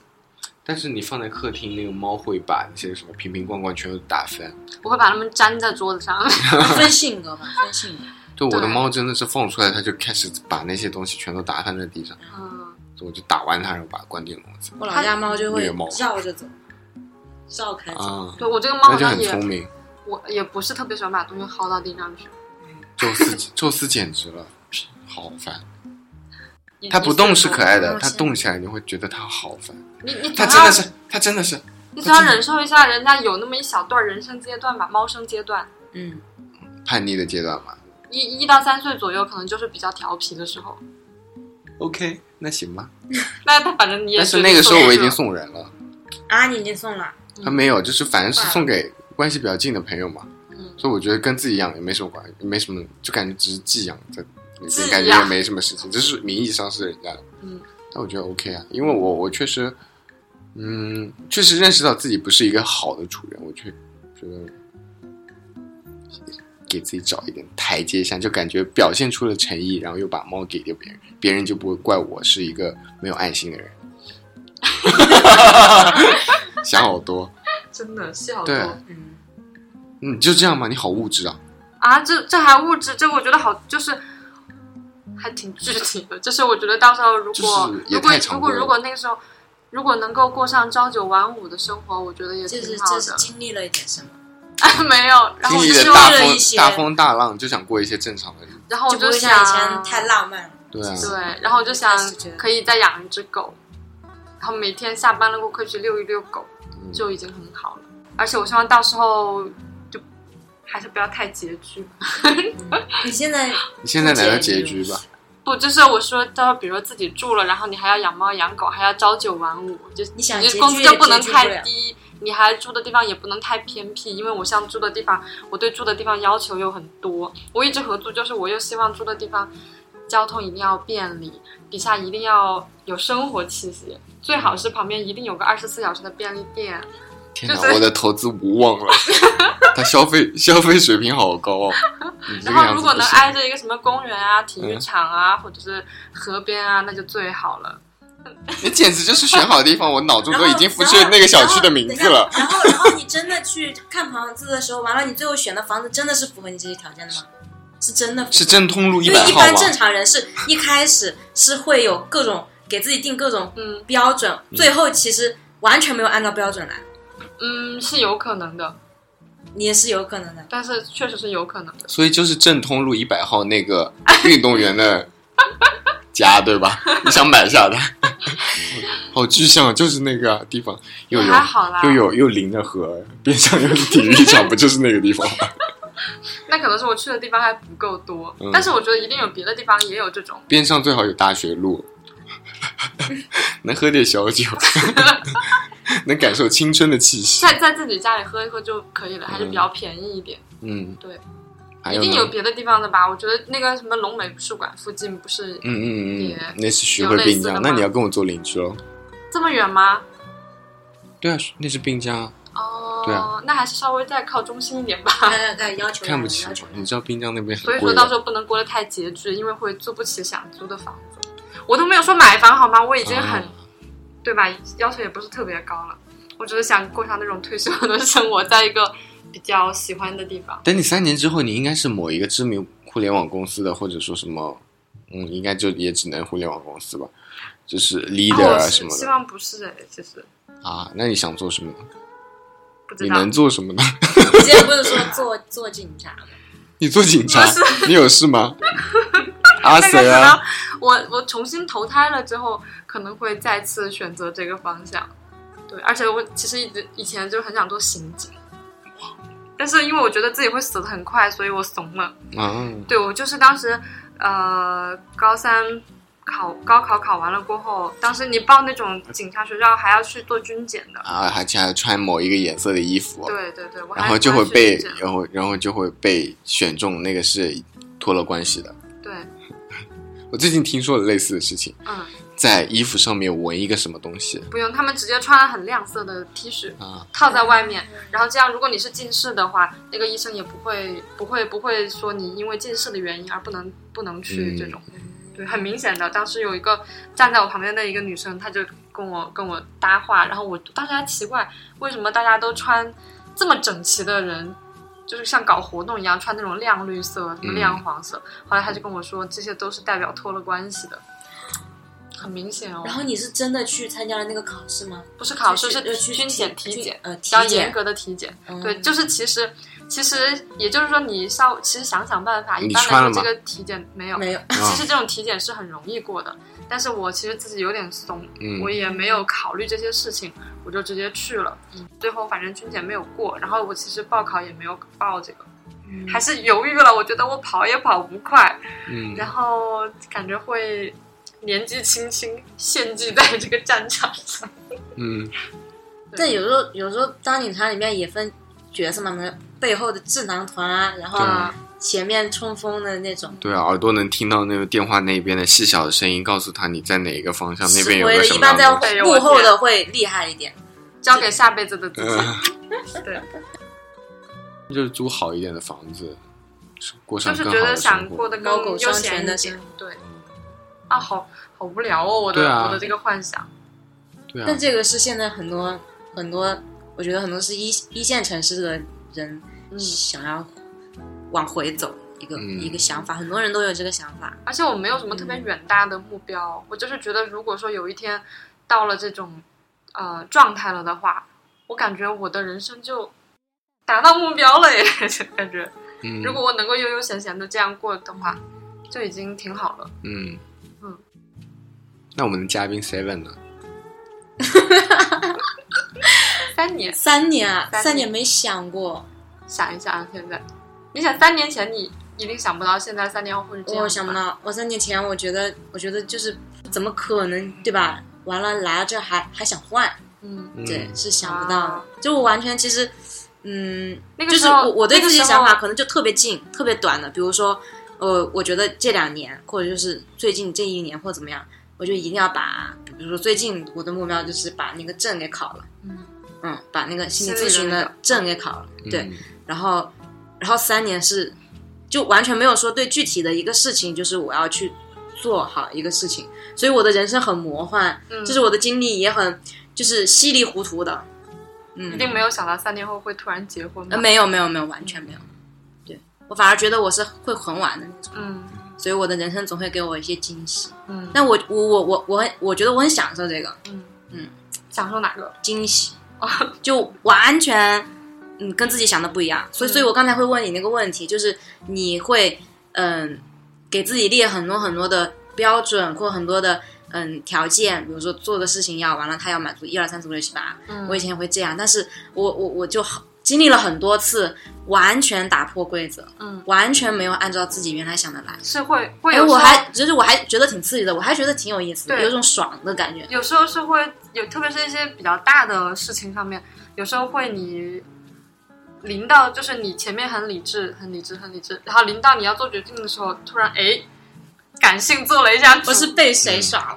Speaker 2: 但是你放在客厅，那个猫会把那些什么瓶瓶罐罐全都打翻。
Speaker 3: 我会把它们粘在桌子
Speaker 2: 嗯
Speaker 3: 上，
Speaker 4: 分性格
Speaker 2: (laughs)
Speaker 4: 嘛，分性格。
Speaker 2: 对，我的
Speaker 3: 对
Speaker 2: 猫真的是放出来，它就开始把那些东西全都打翻在地上，
Speaker 3: 嗯，
Speaker 2: 所以我就打完它，然后把它关进笼子。
Speaker 4: 我老家猫就会
Speaker 2: 虐猫
Speaker 4: 绕着走，绕开走。
Speaker 2: 啊，
Speaker 3: 对我这个猫
Speaker 2: 那
Speaker 3: 好
Speaker 2: 就
Speaker 3: 像
Speaker 2: 很
Speaker 3: 也
Speaker 2: 聪明。
Speaker 3: 我也不是特别喜欢把东西薅到地上去。
Speaker 2: 宙 (laughs) 斯宙斯简直了，好烦。
Speaker 3: 你
Speaker 2: 他不动是可爱的，
Speaker 4: 你
Speaker 2: 他动起来你会觉得他好烦。
Speaker 3: 你你
Speaker 2: 他
Speaker 3: 总
Speaker 2: 真
Speaker 3: 要
Speaker 2: 的是，他真的是，
Speaker 3: 你总要忍受一下，人家有那么一小段人生阶段吧，猫生阶段，
Speaker 4: 嗯，
Speaker 2: 叛逆的阶段嘛。
Speaker 3: 一一到三岁左右可能就是比较调皮的时候。
Speaker 2: OK，那行吧。
Speaker 3: 那他反正你也
Speaker 2: 但是
Speaker 3: 觉得
Speaker 2: 那个时候我已经
Speaker 3: 受不了
Speaker 2: 送人了，
Speaker 4: 啊，你已经送了，
Speaker 2: 他没有，就是反正是送给关系比较近的朋友嘛。
Speaker 3: 嗯
Speaker 2: 所以我觉得跟自己养也没什么关系，没什么，就感觉只是寄养在那
Speaker 3: 寄
Speaker 2: 边，
Speaker 3: 养
Speaker 2: 感觉也没什么事情，这是名义上是人家的，
Speaker 3: 嗯，
Speaker 2: 但我觉得 OK 啊，因为我我确实，嗯，确实认识到自己不是一个好的主人，我却觉得给自己找一点台阶下，就感觉表现出了诚意，然后又把猫给给别人，别人就不会怪我是一个没有爱心的人。 (laughs) 想好多，
Speaker 3: 真的是好
Speaker 2: 对
Speaker 3: 多
Speaker 4: 嗯，
Speaker 2: 嗯，就这样吧，你好物质啊，
Speaker 3: 啊，这这还物质，这我觉得好就是。还挺具体的，就是我觉得到时候如果、
Speaker 2: 就是也
Speaker 3: 如果
Speaker 2: 太常
Speaker 3: 如果
Speaker 2: 规了
Speaker 3: 如果那个时候如果能够过上朝九晚五的生活，我觉得也挺
Speaker 4: 这是
Speaker 3: 好
Speaker 4: 这是
Speaker 3: (laughs) 的。
Speaker 4: 经历了一点什么，
Speaker 3: 没有，然
Speaker 2: 经
Speaker 3: 后我
Speaker 2: 历
Speaker 3: 就
Speaker 2: 了
Speaker 4: 是
Speaker 2: 大
Speaker 4: 为了
Speaker 2: 风
Speaker 4: 一些
Speaker 2: 大风大浪，就想过一些正常的日子。
Speaker 3: 然后我
Speaker 4: 就不会
Speaker 3: 想
Speaker 4: 像以前太浪漫了。
Speaker 2: 对啊，
Speaker 3: 对，然后我就想
Speaker 4: 是这样
Speaker 3: 可以再养一只狗，然后每天下班了过后可以去遛一遛狗，
Speaker 2: 嗯
Speaker 3: 就已经很好了。而且我希望到时候就还是不要太拮据，
Speaker 4: 你现在
Speaker 2: 你现在来到结局吧，
Speaker 3: 不就是我说到时候比如说自己住了，然后你还要养猫养狗，还要朝九晚五，就
Speaker 4: 你想
Speaker 3: 你
Speaker 4: 拮据
Speaker 3: 工资
Speaker 4: 也
Speaker 3: 就不能
Speaker 4: 拮据不
Speaker 3: 太
Speaker 4: 了
Speaker 3: 低。你还住的地方也不能太偏僻，因为我像住的地方，我对住的地方要求又很多。我一直合租，就是我又希望住的地方交通一定要便利，底下一定要有生活气息，最好是旁边一定有个二十四小时的便利店。
Speaker 2: 天哪
Speaker 3: 就是，
Speaker 2: 我的投资无望了， (laughs) 他消费消费水平好高哦。你这个
Speaker 3: 然后
Speaker 2: 样
Speaker 3: 如
Speaker 2: 子
Speaker 3: 果
Speaker 2: 不
Speaker 3: 能
Speaker 2: 行，嗯
Speaker 3: 挨着一个什么公园啊、体育场啊，或者是河边啊，那就最好了。
Speaker 2: 你简直就是选好地方，我脑中
Speaker 4: 然
Speaker 2: 都
Speaker 4: 后
Speaker 2: 已经复制那个小区的名字了。
Speaker 4: 然后，然后然后然后你真的去看房子的时候，完了你最后选的房子真的是符合你这些条件的吗？是真的符合
Speaker 2: 是正通路一
Speaker 4: 因为
Speaker 2: 百
Speaker 4: 一
Speaker 2: 号
Speaker 4: 般
Speaker 2: 吗？
Speaker 4: 正常人是一开始是会有各种给自己定各种
Speaker 3: 嗯
Speaker 4: 标准，最后其实完全没有按照标准来，
Speaker 3: 嗯，是有可能的，
Speaker 4: 你也是有可能的。
Speaker 3: 但是确实是有可能的。
Speaker 2: 所以就是正通路一百号那个运动员的家，对吧？你想买下它， (laughs) 好具象，就是那个地方又
Speaker 3: 也
Speaker 2: 有
Speaker 3: 还好啦
Speaker 2: 又有又临着河，边上又是体育场，不就是那个地方吗？ (laughs)
Speaker 3: 那可能是我去的地方还不够多，
Speaker 2: 嗯
Speaker 3: 但是我觉得一定有别的地方也有这种。
Speaker 2: 边上最好有大学路，能喝点小酒， (laughs) 能感受青春的气息。
Speaker 3: 在在自己家里喝一喝就可以了，还是比较便宜一点。
Speaker 2: 嗯，
Speaker 3: 对，
Speaker 2: 还
Speaker 3: 一
Speaker 2: 有
Speaker 3: 定
Speaker 2: 呢
Speaker 3: 有别的地方的吧？我觉得那个什么龙美美术馆附近不是
Speaker 2: 嗯嗯嗯
Speaker 3: 别
Speaker 2: 嗯，那是徐汇滨
Speaker 3: 有类似的
Speaker 2: 江
Speaker 3: 吗，
Speaker 2: 那你要跟我做邻居喽。
Speaker 3: 这么远吗？
Speaker 2: 哦对啊，那是滨江啊，
Speaker 3: 哦，
Speaker 2: 对啊
Speaker 3: 那还是稍微再靠中心一点吧。
Speaker 4: 大概概要求
Speaker 2: 看不起
Speaker 4: 要
Speaker 2: 我
Speaker 4: 求。。
Speaker 2: 你知道滨江那边
Speaker 3: 所
Speaker 2: 很
Speaker 3: 以说
Speaker 2: 贵
Speaker 3: 到时
Speaker 2: 的，
Speaker 3: 候不能过得太拮据，因为会租不起想租的房子。我都没有说买房好吗？我已经很、
Speaker 2: 啊
Speaker 3: 对吧？要求也不是特别高了，我只是想过上那种退休的生活，在一个比较喜欢的地方。
Speaker 2: 等你三年之后，你应该是某一个知名互联网公司的，或者说什么，嗯，应该就也只能互联网公司吧，就是 leader
Speaker 3: 我
Speaker 2: 啊
Speaker 3: 哦是
Speaker 2: 什么
Speaker 3: 希
Speaker 2: 的
Speaker 3: 望不是哎，其实
Speaker 2: 啊。那你想做什么呢？
Speaker 3: 不知
Speaker 2: 你
Speaker 3: 道 (laughs)
Speaker 2: 能。做什么呢？ (laughs)
Speaker 4: 你之前不是说做做警察吗？
Speaker 2: 你做警察 (laughs)
Speaker 3: 不，
Speaker 2: 你有事
Speaker 3: (laughs)
Speaker 2: 吗？阿
Speaker 3: 那个可
Speaker 2: Sir
Speaker 3: 能
Speaker 2: 啊，
Speaker 3: 我我重新投胎了之后，可能会再次选择这个方向。对，而且我其实一直以前就很想做刑警，但是因为我觉得自己会死的很快，所以我怂了。
Speaker 2: 啊，
Speaker 3: 对我就是当时呃高三考高考考完了过后，当时你报那种警察学校还要去做军检的，
Speaker 2: 啊，而且还穿某一个颜色的衣服，啊
Speaker 3: 对对对，我还
Speaker 2: 然后就会被
Speaker 3: 还要去军，检
Speaker 2: 然后然后就会被选中，那个是脱了关系的。
Speaker 3: 对，
Speaker 2: 我最近听说了类似的事情，
Speaker 3: 嗯，
Speaker 2: 在衣服上面纹一个什么东西
Speaker 3: 不用，他们直接穿了很亮色的 T 恤。
Speaker 2: 啊，
Speaker 3: 套在外面，然后这样，如果你是近视的话，那个医生也不会不会不会说你因为近视的原因而不能不能去
Speaker 2: 嗯
Speaker 3: 这种，对，很明显的。当时有一个站在我旁边的一个女生，她就跟我跟我搭话，然后我当时还奇怪为什么大家都穿这么整齐的人。就是像搞活动一样，穿那种亮绿色、什
Speaker 2: 嗯
Speaker 3: 么亮黄色。后来她就跟我说，这些都是代表脱了关系的。很明显哦。
Speaker 4: 然后你是真的去参加了那个考试吗？
Speaker 3: 不是考试，
Speaker 4: 就是是呃去
Speaker 3: 军检、
Speaker 4: 体
Speaker 3: 体检，
Speaker 4: 呃
Speaker 3: 比较
Speaker 4: 体检
Speaker 3: 严格的体检。
Speaker 4: 嗯
Speaker 3: 对，就是其实其实也就是说，你稍其实想想办法，
Speaker 2: 你
Speaker 3: 一般
Speaker 2: 穿
Speaker 3: 来
Speaker 2: 了
Speaker 3: 说
Speaker 2: 吗
Speaker 3: 这个体检没有。
Speaker 4: 没有，
Speaker 2: 啊
Speaker 3: 其实这种体检是很容易过的，但是我其实自己有点怂，
Speaker 2: 嗯
Speaker 3: 我也没有考虑这些事情，我就直接去了。嗯最后反正军检没有过，然后我其实报考也没有报这个，嗯还是犹豫了。我觉得我跑也跑不快，
Speaker 2: 嗯，
Speaker 3: 然后感觉会年纪轻轻献祭在这个战场
Speaker 4: (laughs)
Speaker 3: 上。
Speaker 2: 嗯，
Speaker 4: 但有时候有时候当警察里面也分角色嘛，比如背后的智囊团啊，然后
Speaker 2: 对
Speaker 3: 啊，
Speaker 4: 前面冲锋的那种，
Speaker 2: 对啊，耳朵能听到那个电话那边的细小的声音，告诉他你在哪一个方啊向，那边有
Speaker 4: 指挥
Speaker 2: 个
Speaker 4: 的
Speaker 2: 什
Speaker 4: 一
Speaker 2: 么
Speaker 4: 般
Speaker 2: 样
Speaker 4: 在
Speaker 2: 的东西。
Speaker 3: 哎呦
Speaker 4: 幕
Speaker 3: 我
Speaker 4: 后
Speaker 3: 天
Speaker 4: 的会厉害一点。
Speaker 3: 交给下辈子的自己。
Speaker 2: 嗯，
Speaker 3: 对，
Speaker 2: 就是租好一点的房子，过 (laughs) 上
Speaker 3: 就是
Speaker 2: 更
Speaker 3: 觉
Speaker 2: 好
Speaker 3: 得
Speaker 2: 的
Speaker 3: 想
Speaker 2: 生
Speaker 3: 过
Speaker 2: 活。
Speaker 3: 得更
Speaker 4: 猫狗
Speaker 3: 悠
Speaker 4: 双
Speaker 3: 闲
Speaker 4: 全
Speaker 3: 一
Speaker 4: 的
Speaker 3: 点
Speaker 4: 生。
Speaker 3: 对，啊，好好无聊哦，我的、
Speaker 2: 对啊
Speaker 3: 我的这个幻想。
Speaker 2: 对啊
Speaker 4: 但，这个是现在很多很多，我觉得很多是一一线城市的人
Speaker 3: 嗯
Speaker 4: 想要往回走一个、
Speaker 2: 嗯
Speaker 4: 一个想法，很多人都有这个想法。
Speaker 3: 而且我没有什么特
Speaker 4: 嗯
Speaker 3: 别远大的目标，我就是觉得，如果说有一天到了这种呃状态了的话，我感觉我的人生就达到目标了耶， (laughs) 感觉
Speaker 2: 嗯
Speaker 3: 如果我能够悠悠闲闲的这样过的话，就已经挺好了。
Speaker 2: 嗯
Speaker 3: 嗯，
Speaker 2: 那我们的嘉宾 Seven 呢？
Speaker 3: 三年，
Speaker 4: 三年啊，
Speaker 3: 三年
Speaker 4: 三年没想过，
Speaker 3: 想一想现在，你想三年前你一定想不到，现在三年后会是这样，
Speaker 4: 我想不。到，我三年前我觉得，我觉得就是怎么可能对吧？完了来了这还还想换，
Speaker 3: 嗯，
Speaker 2: 嗯
Speaker 4: 对，是想不到的
Speaker 3: 啊。
Speaker 4: 就我完全其实，嗯，
Speaker 3: 那个
Speaker 4: 就是
Speaker 3: 时候
Speaker 4: 我我对
Speaker 3: 那个
Speaker 4: 自己
Speaker 3: 时
Speaker 4: 的
Speaker 3: 候
Speaker 4: 想法可能就特别近、特别短的，比如说，呃，我觉得这两年或者就是最近这一年或怎么样，我就一定要把，比如说最近我的目标就是把那个证给考了，
Speaker 3: 嗯
Speaker 4: 嗯，把那个心理
Speaker 3: 心理
Speaker 4: 咨询
Speaker 3: 的那
Speaker 4: 的
Speaker 3: 个
Speaker 4: 证给考了，对，
Speaker 2: 嗯
Speaker 4: 然后然后三年是就完全没有说对具体的一个事情，就是我要去做好一个事情，所以我的人生很魔幻，
Speaker 3: 嗯
Speaker 4: 就是我的经历也很就是稀里糊涂的，嗯，
Speaker 3: 一定没有想到三年后会突然结婚吧
Speaker 4: 呃，，没有没有没有，完全没有。对我反而觉得我是会很晚的那种，
Speaker 3: 嗯
Speaker 4: 所以我的人生总会给我一些惊喜。
Speaker 3: 嗯，
Speaker 4: 但我我我我我很我觉得我很享受这个
Speaker 3: 嗯
Speaker 4: 嗯
Speaker 3: 享受哪个？
Speaker 4: 惊喜， (laughs) 就完全嗯跟自己想的不一样。所以所以我刚才会问你那个问题，就是你会嗯给自己列很多很多的标准或很多的。嗯，条件，比如说做的事情要完了，他要满足一二三四五六七八，
Speaker 3: 嗯
Speaker 4: 我以前会这样，但是我我我就好经历了很多次，完全打破规则，
Speaker 3: 嗯，
Speaker 4: 完全没有按照自己原来想的来。
Speaker 3: 是会会
Speaker 4: 哎，
Speaker 3: 有时
Speaker 4: 我
Speaker 3: 候
Speaker 4: 还就是我还觉得挺刺激的，我还觉得挺有意思的，
Speaker 3: 对
Speaker 4: 有种爽的感觉。
Speaker 3: 有时候是会有，特别是一些比较大的事情上面，有时候会你临到就是你前面很理智、很理智、很理智，然后临到你要做决定的时候，突然哎，感性做了一下主，
Speaker 4: 我是被谁耍 (laughs) 了？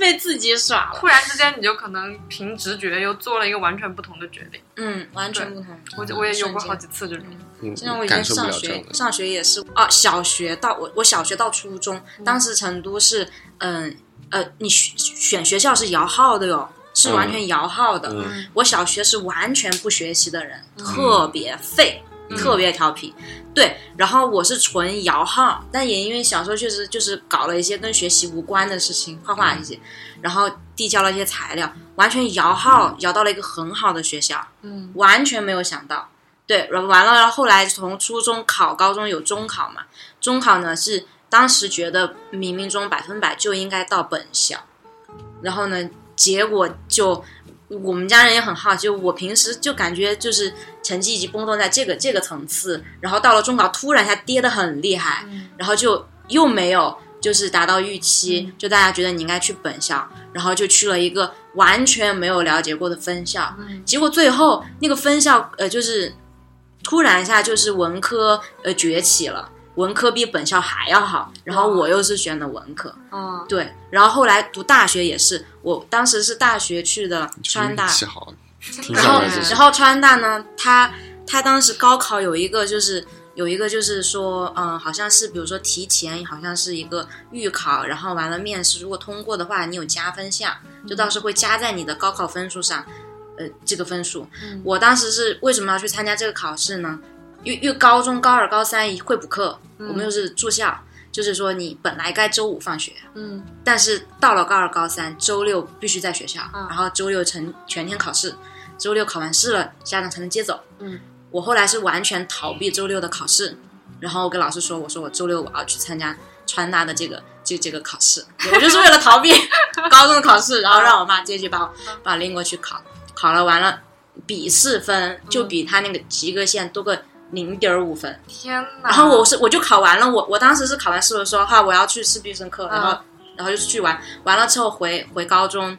Speaker 4: 被自己耍了。
Speaker 3: 突然之间你就可能凭直觉又做了一个完全不同的决定。
Speaker 4: 嗯，完全不同。
Speaker 3: 我就我也有过好
Speaker 4: 瞬间
Speaker 3: 几次这种，
Speaker 2: 嗯
Speaker 4: 就像我以前
Speaker 2: 感受不
Speaker 4: 上
Speaker 2: 了这种
Speaker 4: 学
Speaker 2: 的，
Speaker 4: 上学也是啊，小学到我我小学到初中，
Speaker 2: 嗯
Speaker 4: 当时成都是嗯呃你选选学校是摇号的哟，是完全摇号的。
Speaker 2: 嗯
Speaker 4: 我小学是完全不学习的人，特别废，
Speaker 2: 嗯
Speaker 4: 特别调皮。对，然后我是纯摇号，但也因为小时候确实就是搞了一些跟学习无关的事情，画
Speaker 2: 嗯
Speaker 4: 画一些，然后递交了一些材料，完全摇号摇到了一个很好的学校，
Speaker 3: 嗯
Speaker 4: 完全没有想到。对，然后完了，然后后来从初中考高中有中考嘛，中考呢是当时觉得冥冥中百分百就应该到本校，然后呢，结果就我们家人也很好奇，就我平时就感觉就是成绩已经波动在这个这个层次，然后到了中考突然一下跌得很厉害，
Speaker 3: 嗯
Speaker 4: 然后就又没有就是达到预期，
Speaker 3: 嗯
Speaker 4: 就大家觉得你应该去本校，然后就去了一个完全没有了解过的分校，
Speaker 3: 嗯
Speaker 4: 结果最后那个分校呃就是突然一下就是文科呃崛起了，文科比本校还要好，然后我又是选的文科，
Speaker 3: 嗯
Speaker 4: 对，然后后来读大学也是，我当时是大学去的川大
Speaker 2: 运，气好，挺
Speaker 4: 然
Speaker 2: 想
Speaker 4: 后
Speaker 2: 的嗯就是
Speaker 4: 然后川大呢，他他当时高考有一个就是有一个就是说，嗯、好像是比如说提前，好像是一个预考，然后完了面试，如果通过的话，你有加分项，就到时候会加在你的高考分数上，呃，这个分数。
Speaker 3: 嗯
Speaker 4: 我当时是为什么要去参加这个考试呢？因为因为高中高二、高三会补课，我们又是住校，就是说你本来该周五放学，
Speaker 3: 嗯
Speaker 4: 但是到了高二、高三，周六必须在学校，
Speaker 3: 嗯
Speaker 4: 然后周六成全天考试，周六考完试了，家长才能接走。
Speaker 3: 嗯，
Speaker 4: 我后来是完全逃避周六的考试，然后我跟老师说，我说我周六我要去参加川大的这个这这个考试， (laughs) 我就是为了逃避高中的考试，然后让我妈接去把我把我拎过去考，考了完了，笔试分就比他那个及格线多个零点五分，
Speaker 3: 天哪！
Speaker 4: 然后我是我就考完了，我我当时是考完试我说哈我要去吃必胜客，然后、然后就去玩，完了之后回回高中，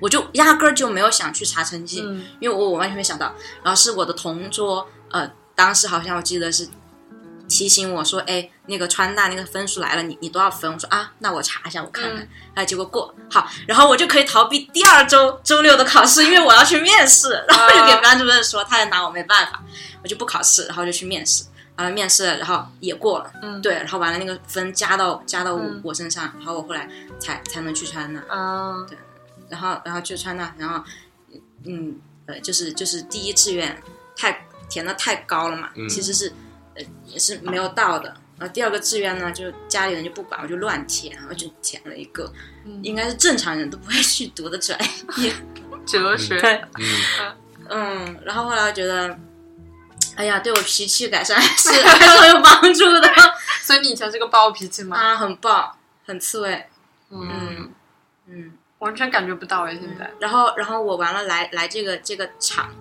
Speaker 4: 我就压根儿就没有想去查成绩，
Speaker 3: 嗯
Speaker 4: 因为我我完全没想到，然后是我的同桌呃当时好像我记得是提醒我说哎那个川大那个分数来了你你多少分？我说啊那我查一下我看看，
Speaker 3: 嗯
Speaker 4: 哎结果过好，然后我就可以逃避第二周周六的考试，因为我要去面试，然后就给班主任说，他也拿我没办法，我就不考试，然后就去面试，完了面试了，然后也过了，
Speaker 3: 嗯
Speaker 4: 对，然后完了那个分加到加到我、
Speaker 3: 嗯
Speaker 4: 我身上，然后我后来才才能去川大，
Speaker 3: 嗯
Speaker 4: 然后然后去川大，然后嗯呃就是就是第一志愿太填的太高了嘛，
Speaker 2: 嗯
Speaker 4: 其实是呃也是没有到的。然后第二个志愿呢，就家里人就不管，我就乱填，然后就填了一个，
Speaker 3: 嗯
Speaker 4: 应该是正常人都不会去读的专业。
Speaker 3: 哲
Speaker 4: (laughs)
Speaker 3: 学
Speaker 4: 对，
Speaker 2: 嗯，
Speaker 4: 嗯，然后后来我觉得，哎呀，对我脾气改善还是 (laughs) 还是很有帮助的
Speaker 3: 所以你以前是个暴脾气吗？
Speaker 4: 啊，很棒，很刺猬，
Speaker 3: 嗯，
Speaker 4: 嗯嗯。
Speaker 3: 完全感觉不到哎，现在
Speaker 4: 然后，然后我完了来来这个这个厂，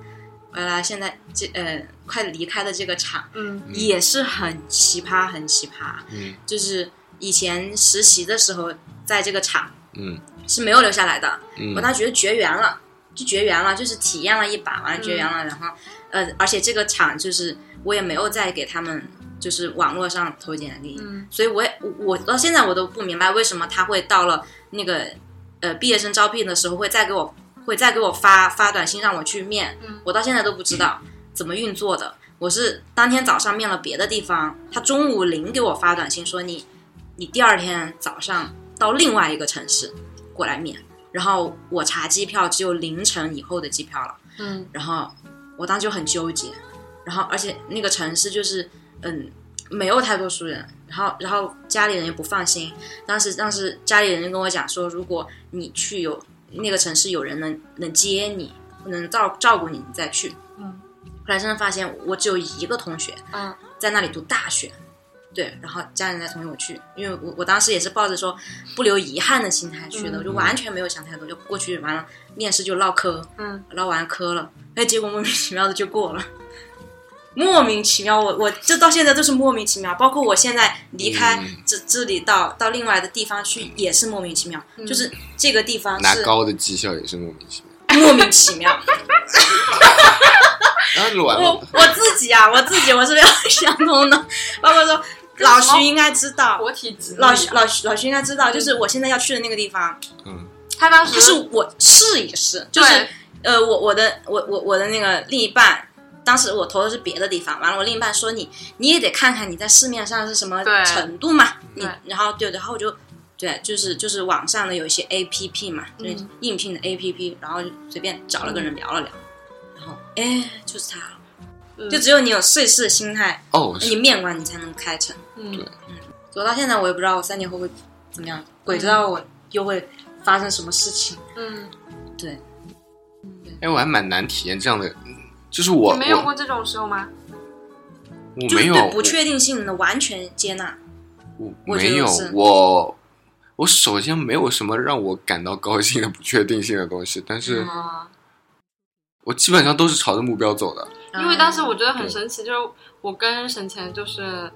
Speaker 4: 完了现在这呃快离开的这个厂
Speaker 3: 嗯
Speaker 2: 嗯
Speaker 4: 也是很奇葩，很奇葩。
Speaker 2: 嗯
Speaker 4: 就是以前实习的时候，在这个厂
Speaker 2: 嗯
Speaker 4: 是没有留下来的，
Speaker 2: 嗯，
Speaker 4: 我当时觉得绝缘了，就绝缘了，就是体验了一把，完了绝缘了，然后呃，而且这个厂就是我也没有再给他们就是网络上投简历，
Speaker 3: 嗯
Speaker 4: 所以我也我我到现在我都不明白为什么他会到了那个呃毕业生招聘的时候会再给我会再给我发发短信让我去面，
Speaker 3: 嗯
Speaker 4: 我到现在都不知道怎么运作的。我是当天早上面了别的地方，他中午零给我发短信说你你第二天早上到另外一个城市过来面，然后我查机票只有凌晨以后的机票了。
Speaker 3: 嗯
Speaker 4: 然后我当时就很纠结，然后而且那个城市就是嗯没有太多熟人，然后然后家里人也不放心，当时当时家里人就跟我讲说，如果你去有那个城市有人能能接你，能照照顾你，你再去。
Speaker 3: 嗯
Speaker 4: 后来真的发现我只有一个同学
Speaker 3: 嗯
Speaker 4: 在那里读大学。对，然后家人才同意我去，因为我我当时也是抱着说不留遗憾的心态去的，我就完全没有想太多，就过去完了面试就唠嗑，
Speaker 3: 嗯，
Speaker 4: 然后完科了，哎，结果莫名其妙的就过了，莫名其妙，我我这到现在都是莫名其妙，包括我现在离开
Speaker 2: 嗯
Speaker 4: 这、这里到到另外的地方去也是莫名其妙，就是这个地方
Speaker 2: 拿
Speaker 4: 是
Speaker 2: 高的绩效也是莫名其妙。
Speaker 4: 莫名其
Speaker 2: (laughs)
Speaker 4: 妙，
Speaker 2: 啊，卵
Speaker 4: 我
Speaker 2: 了，
Speaker 4: 我自己啊，我自己我是没有想通的，包括说老徐应该知道。
Speaker 3: 活体啊极
Speaker 4: 老徐老徐老徐应该知道，就是我现在要去的那个地方，
Speaker 2: 嗯
Speaker 3: 他当
Speaker 4: 它
Speaker 3: 时
Speaker 4: 是我试一试，就是
Speaker 3: 对
Speaker 4: 呃，我我的我我我的那个另一半，当时我投的是别的地方，完了我另一半说你你也得看看你在市面上是什么
Speaker 3: 对
Speaker 4: 程度嘛，你
Speaker 3: 对
Speaker 4: 然后对，然后我就对，就是就是网上的有一些 A P P 嘛，对、
Speaker 3: 嗯
Speaker 4: 应聘的 A P P，然后就随便找了个人聊了聊，然后哎就是他了，
Speaker 3: 嗯
Speaker 4: 就只有你有试试心态，
Speaker 2: 哦，
Speaker 4: 你面完你才能开成。
Speaker 3: 嗯
Speaker 4: 走到现在我也不知道我三年后会怎么样，鬼知道我又会发生什么事情。
Speaker 3: 嗯，
Speaker 4: 对，
Speaker 2: 哎，我还蛮难体验这样的，嗯就是我
Speaker 3: 你没有
Speaker 2: 我
Speaker 3: 过这种时候吗？
Speaker 2: 我
Speaker 4: 就是
Speaker 2: 没有
Speaker 4: 对不确定性的完全接纳。
Speaker 2: 我
Speaker 4: 我觉得
Speaker 2: 没有
Speaker 4: 是
Speaker 2: 我我首先没有什么让我感到高兴的不确定性的东西，但是
Speaker 4: 嗯
Speaker 3: 啊，
Speaker 2: 我基本上都是朝着目标走的。
Speaker 3: 因为当时
Speaker 4: 嗯
Speaker 3: 我觉得很神奇，就是我跟沈前就是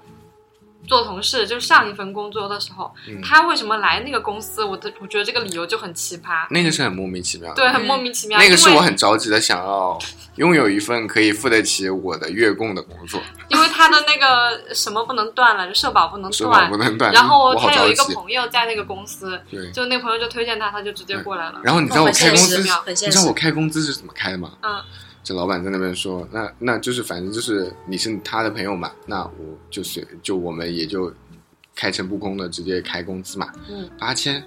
Speaker 3: 做同事，就是上一份工作的时候，
Speaker 2: 嗯，
Speaker 3: 他为什么来那个公司，我的我觉得这个理由就很奇葩，
Speaker 2: 那个是很莫名其妙的，
Speaker 3: 对，很莫名其妙。
Speaker 2: 那个是
Speaker 3: 啊因
Speaker 2: 我
Speaker 3: 为
Speaker 2: 很着急的想要拥有一份可以付得起我的月供的工作，
Speaker 3: 因为他的那个什么不能断了，社保不能
Speaker 2: 社保
Speaker 3: 断
Speaker 2: 不。能断。
Speaker 3: 然后
Speaker 2: 我好
Speaker 3: 他
Speaker 2: 着
Speaker 3: 有一个
Speaker 2: 急。
Speaker 3: 朋友在那个公司，
Speaker 2: 对，
Speaker 3: 就那朋友就推荐他，他就直接过来了。 (laughs)
Speaker 2: 然后你知道我开工资，
Speaker 3: 哦很现实
Speaker 4: 很
Speaker 2: 你
Speaker 4: 现
Speaker 2: 知
Speaker 4: 实
Speaker 2: 道我开工资是怎么开的吗？
Speaker 3: 嗯，
Speaker 2: 这老板在那边说，那那就是反正就是你是他的朋友嘛，那我就随就我们也就开诚布公的直接开工资嘛，
Speaker 3: 嗯，
Speaker 2: 八千，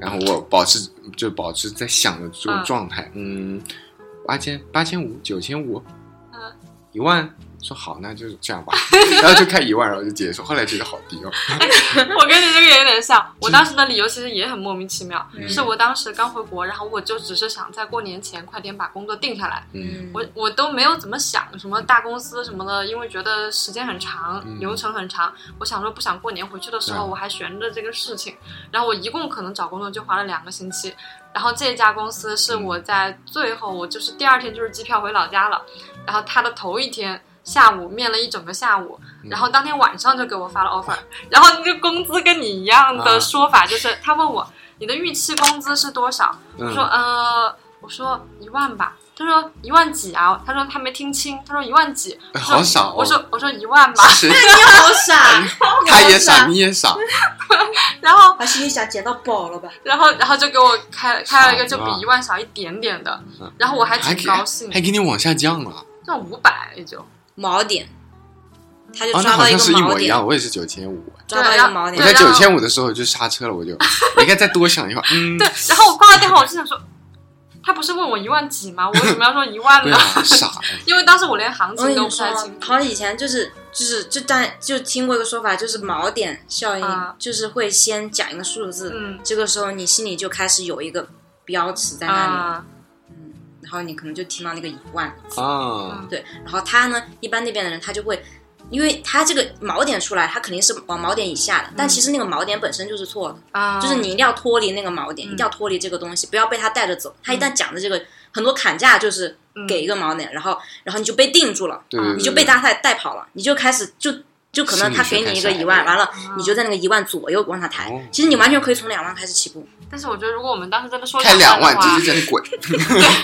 Speaker 2: 然后我保持就保持在想的这种
Speaker 3: 嗯
Speaker 2: 状态，嗯，八千八千五九千五，
Speaker 3: 嗯，
Speaker 2: 一万说好，那就这样吧， (laughs) 然后就开一万，然后就结束。后来觉得好低哦，
Speaker 3: 我跟你这个有点像，我当时的理由其实也很莫名其妙，
Speaker 4: 嗯
Speaker 3: 是我当时刚回国，然后我就只是想在过年前快点把工作定下来，
Speaker 2: 嗯
Speaker 3: 我我都没有怎么想什么大公司什么的，因为觉得时间很长，
Speaker 2: 嗯
Speaker 3: 流程很长，我想说不想过年回去的时候
Speaker 2: 嗯
Speaker 3: 我还悬着这个事情，然后我一共可能找工作就花了两个星期，然后这家公司是
Speaker 2: 嗯
Speaker 3: 我在最后我就是第二天就是机票回老家了，然后他的头一天。下午面了一整个下午，
Speaker 2: 嗯
Speaker 3: 然后当天晚上就给我发了 offer，、然后这工资跟你一样
Speaker 2: 啊
Speaker 3: 的说法就是，他问我你的预期工资是多少，我说
Speaker 2: 嗯，
Speaker 3: 呃，我说一万吧。他说一万几啊？他说他没听清。他说一万几。
Speaker 2: 哎好傻哦
Speaker 3: 我说我说一万吧。 (laughs)
Speaker 2: 是哎
Speaker 4: 你好傻，
Speaker 2: 他也傻，你也傻，
Speaker 3: 然后
Speaker 4: 而且你想捡到宝了吧？
Speaker 3: 然后然后就给我开开了一个就
Speaker 2: 少啊
Speaker 3: 比一万少一点点的
Speaker 2: 嗯，
Speaker 3: 然后我还
Speaker 2: 还
Speaker 3: 挺
Speaker 2: 给
Speaker 3: 高兴，
Speaker 2: 还给你往下降了。
Speaker 3: 就五百也就。
Speaker 4: 锚点，他就
Speaker 2: 啊，那
Speaker 4: 抓
Speaker 2: 好
Speaker 4: 到
Speaker 2: 像
Speaker 4: 个
Speaker 2: 是一
Speaker 4: 锚
Speaker 2: 模一
Speaker 4: 点，
Speaker 2: 样，我也是九千五。
Speaker 4: 抓到一个锚
Speaker 2: 我
Speaker 3: 对啊
Speaker 4: 点。
Speaker 2: 在
Speaker 3: 然
Speaker 2: 九
Speaker 3: 后
Speaker 2: 千五的时候就刹车了，我
Speaker 4: (laughs)
Speaker 2: 就我应该再多想一会儿。嗯，
Speaker 3: 然后我挂了电话，我就想说，他不是问我一万几吗？我为什么要说一万
Speaker 2: 对
Speaker 4: (laughs)
Speaker 3: 呢？ (laughs)
Speaker 2: 啊，傻。
Speaker 3: 因为当时我连行
Speaker 4: 我跟
Speaker 3: 情都
Speaker 4: 你
Speaker 3: 不
Speaker 4: 说
Speaker 3: 太清，楚。啊
Speaker 4: 好像以前就是就是就但就听过一个说法，就是锚点效应，
Speaker 3: 啊
Speaker 4: 就是会先讲一个数字，
Speaker 3: 嗯
Speaker 4: 这个时候你心里就开始有一个标尺在那里，
Speaker 3: 啊，
Speaker 4: 然后你可能就听到那个一万，
Speaker 2: 啊，
Speaker 4: 对，然后他呢，一般那边的人他就会，因为他这个锚点出来，他肯定是往锚点以下的，但其实那个锚点本身就是错的，
Speaker 3: 啊
Speaker 4: 就是你一定要脱离那个锚点，
Speaker 3: 嗯
Speaker 4: 一定要脱离这个东西，不要被它带着走。他一旦讲的这个很多砍价就是给一个锚点，然后然后你就被定住了，
Speaker 2: 对对对，
Speaker 4: 嗯你就被
Speaker 2: 对
Speaker 4: 他带带跑了，你就开始就。就可能他给你一个
Speaker 2: 心理学开始哎
Speaker 4: 一万，完了
Speaker 3: 啊
Speaker 4: 你就在那个一万左右往上抬
Speaker 2: 哦。
Speaker 4: 其实你完全可以从两万开始起步，
Speaker 3: 但是我觉得如果我们当时真的说
Speaker 2: 开两万，
Speaker 3: 的话
Speaker 2: 直，接在那
Speaker 4: (laughs)
Speaker 2: 滚。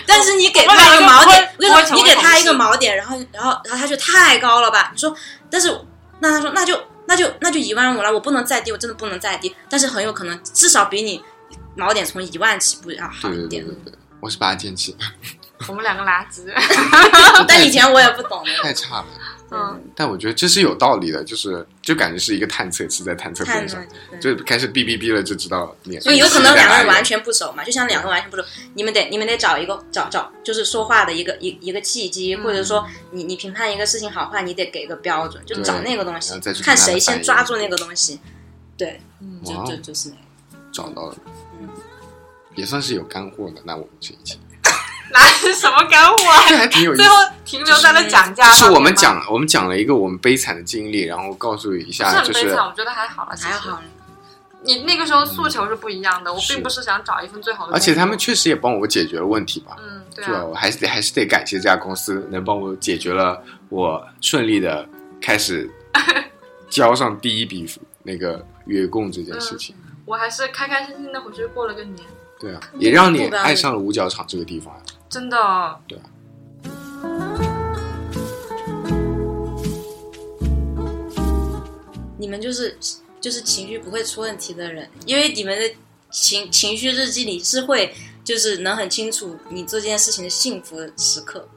Speaker 4: 但是你给
Speaker 3: 我们
Speaker 4: 他一个
Speaker 3: 俩就
Speaker 4: 锚
Speaker 3: 不会
Speaker 4: 点，我跟你
Speaker 3: 不会
Speaker 4: 说，
Speaker 3: 成
Speaker 4: 你
Speaker 3: 为
Speaker 4: 给他
Speaker 3: 同
Speaker 4: 一个
Speaker 3: 事
Speaker 4: 锚点，然后然后然后他就太高了吧？你说，但是那他说那就那就那就一万五了，我不能再低，我真的不能再低。但是很有可能至少比你锚点从一万起步要好
Speaker 2: 对
Speaker 4: 一
Speaker 2: 对对
Speaker 4: 点。
Speaker 2: 对对，我是拔剑气，
Speaker 3: 我们两个垃圾。
Speaker 4: (laughs) 但以前我也不懂的，
Speaker 2: 太差了。
Speaker 3: 嗯
Speaker 2: 但我觉得这是有道理的，就是就感觉是一个探测器在探测
Speaker 4: 太
Speaker 2: 边
Speaker 4: 难
Speaker 2: 上，
Speaker 4: 了。对
Speaker 2: 就开始哔哔哔了，就知道你。
Speaker 4: 所以有可能两个人完
Speaker 2: 全
Speaker 4: 全不熟嘛，就像两个完全不熟，你们得你们得找一个找找，就是说话的一个一一个契机，
Speaker 3: 嗯
Speaker 4: 或者说你你评判一个事情好坏，你得给个标准，就
Speaker 2: 对
Speaker 4: 找那个东
Speaker 2: 然
Speaker 4: 西
Speaker 2: 后再去，
Speaker 4: 看
Speaker 2: 评判
Speaker 4: 谁
Speaker 2: 它的
Speaker 4: 先
Speaker 2: 反
Speaker 4: 抓
Speaker 2: 应
Speaker 4: 住那个东西，对，
Speaker 3: 嗯
Speaker 4: 就
Speaker 2: 哇
Speaker 4: 就
Speaker 2: 哦
Speaker 4: 就是那个。
Speaker 2: 找到了
Speaker 4: 嗯，
Speaker 2: 也算是有干货了。那我们这一期
Speaker 3: (laughs) 拿什么干货啊？
Speaker 2: 这还挺有意思
Speaker 3: 最
Speaker 2: 的。
Speaker 3: 后停留在了讲价
Speaker 2: 就
Speaker 3: 上面吗，
Speaker 2: 是我们讲，我们讲了一个我们悲惨的经历，然后告诉一
Speaker 3: 不是
Speaker 2: 下，
Speaker 3: 很
Speaker 2: 就
Speaker 3: 悲
Speaker 2: 是
Speaker 3: 惨，我觉得还好了，其实
Speaker 4: 还好，
Speaker 3: 你那个时候诉求是不一样的，我
Speaker 2: 是
Speaker 3: 并不是想找一份最好的工作，
Speaker 2: 而且他们确实也帮我解决了问题吧，
Speaker 3: 嗯，对
Speaker 2: 对吧？
Speaker 3: 啊，
Speaker 2: 我还是得还是得感谢这家公司能帮我解决了我顺利的开
Speaker 3: (laughs)
Speaker 2: 始交上第一笔那个月供这
Speaker 3: 嗯
Speaker 2: 件事情。
Speaker 3: 我还是开开心心的回去过了个年，
Speaker 2: 对啊，也让你
Speaker 4: 不吧
Speaker 2: 爱上了五角场这个地方呀。
Speaker 3: 真的，
Speaker 2: 对啊
Speaker 4: 你们就是就是情绪不会出问题的人，因为你们的情情绪日记里是会就是能很清楚你做这件事情的幸福时刻，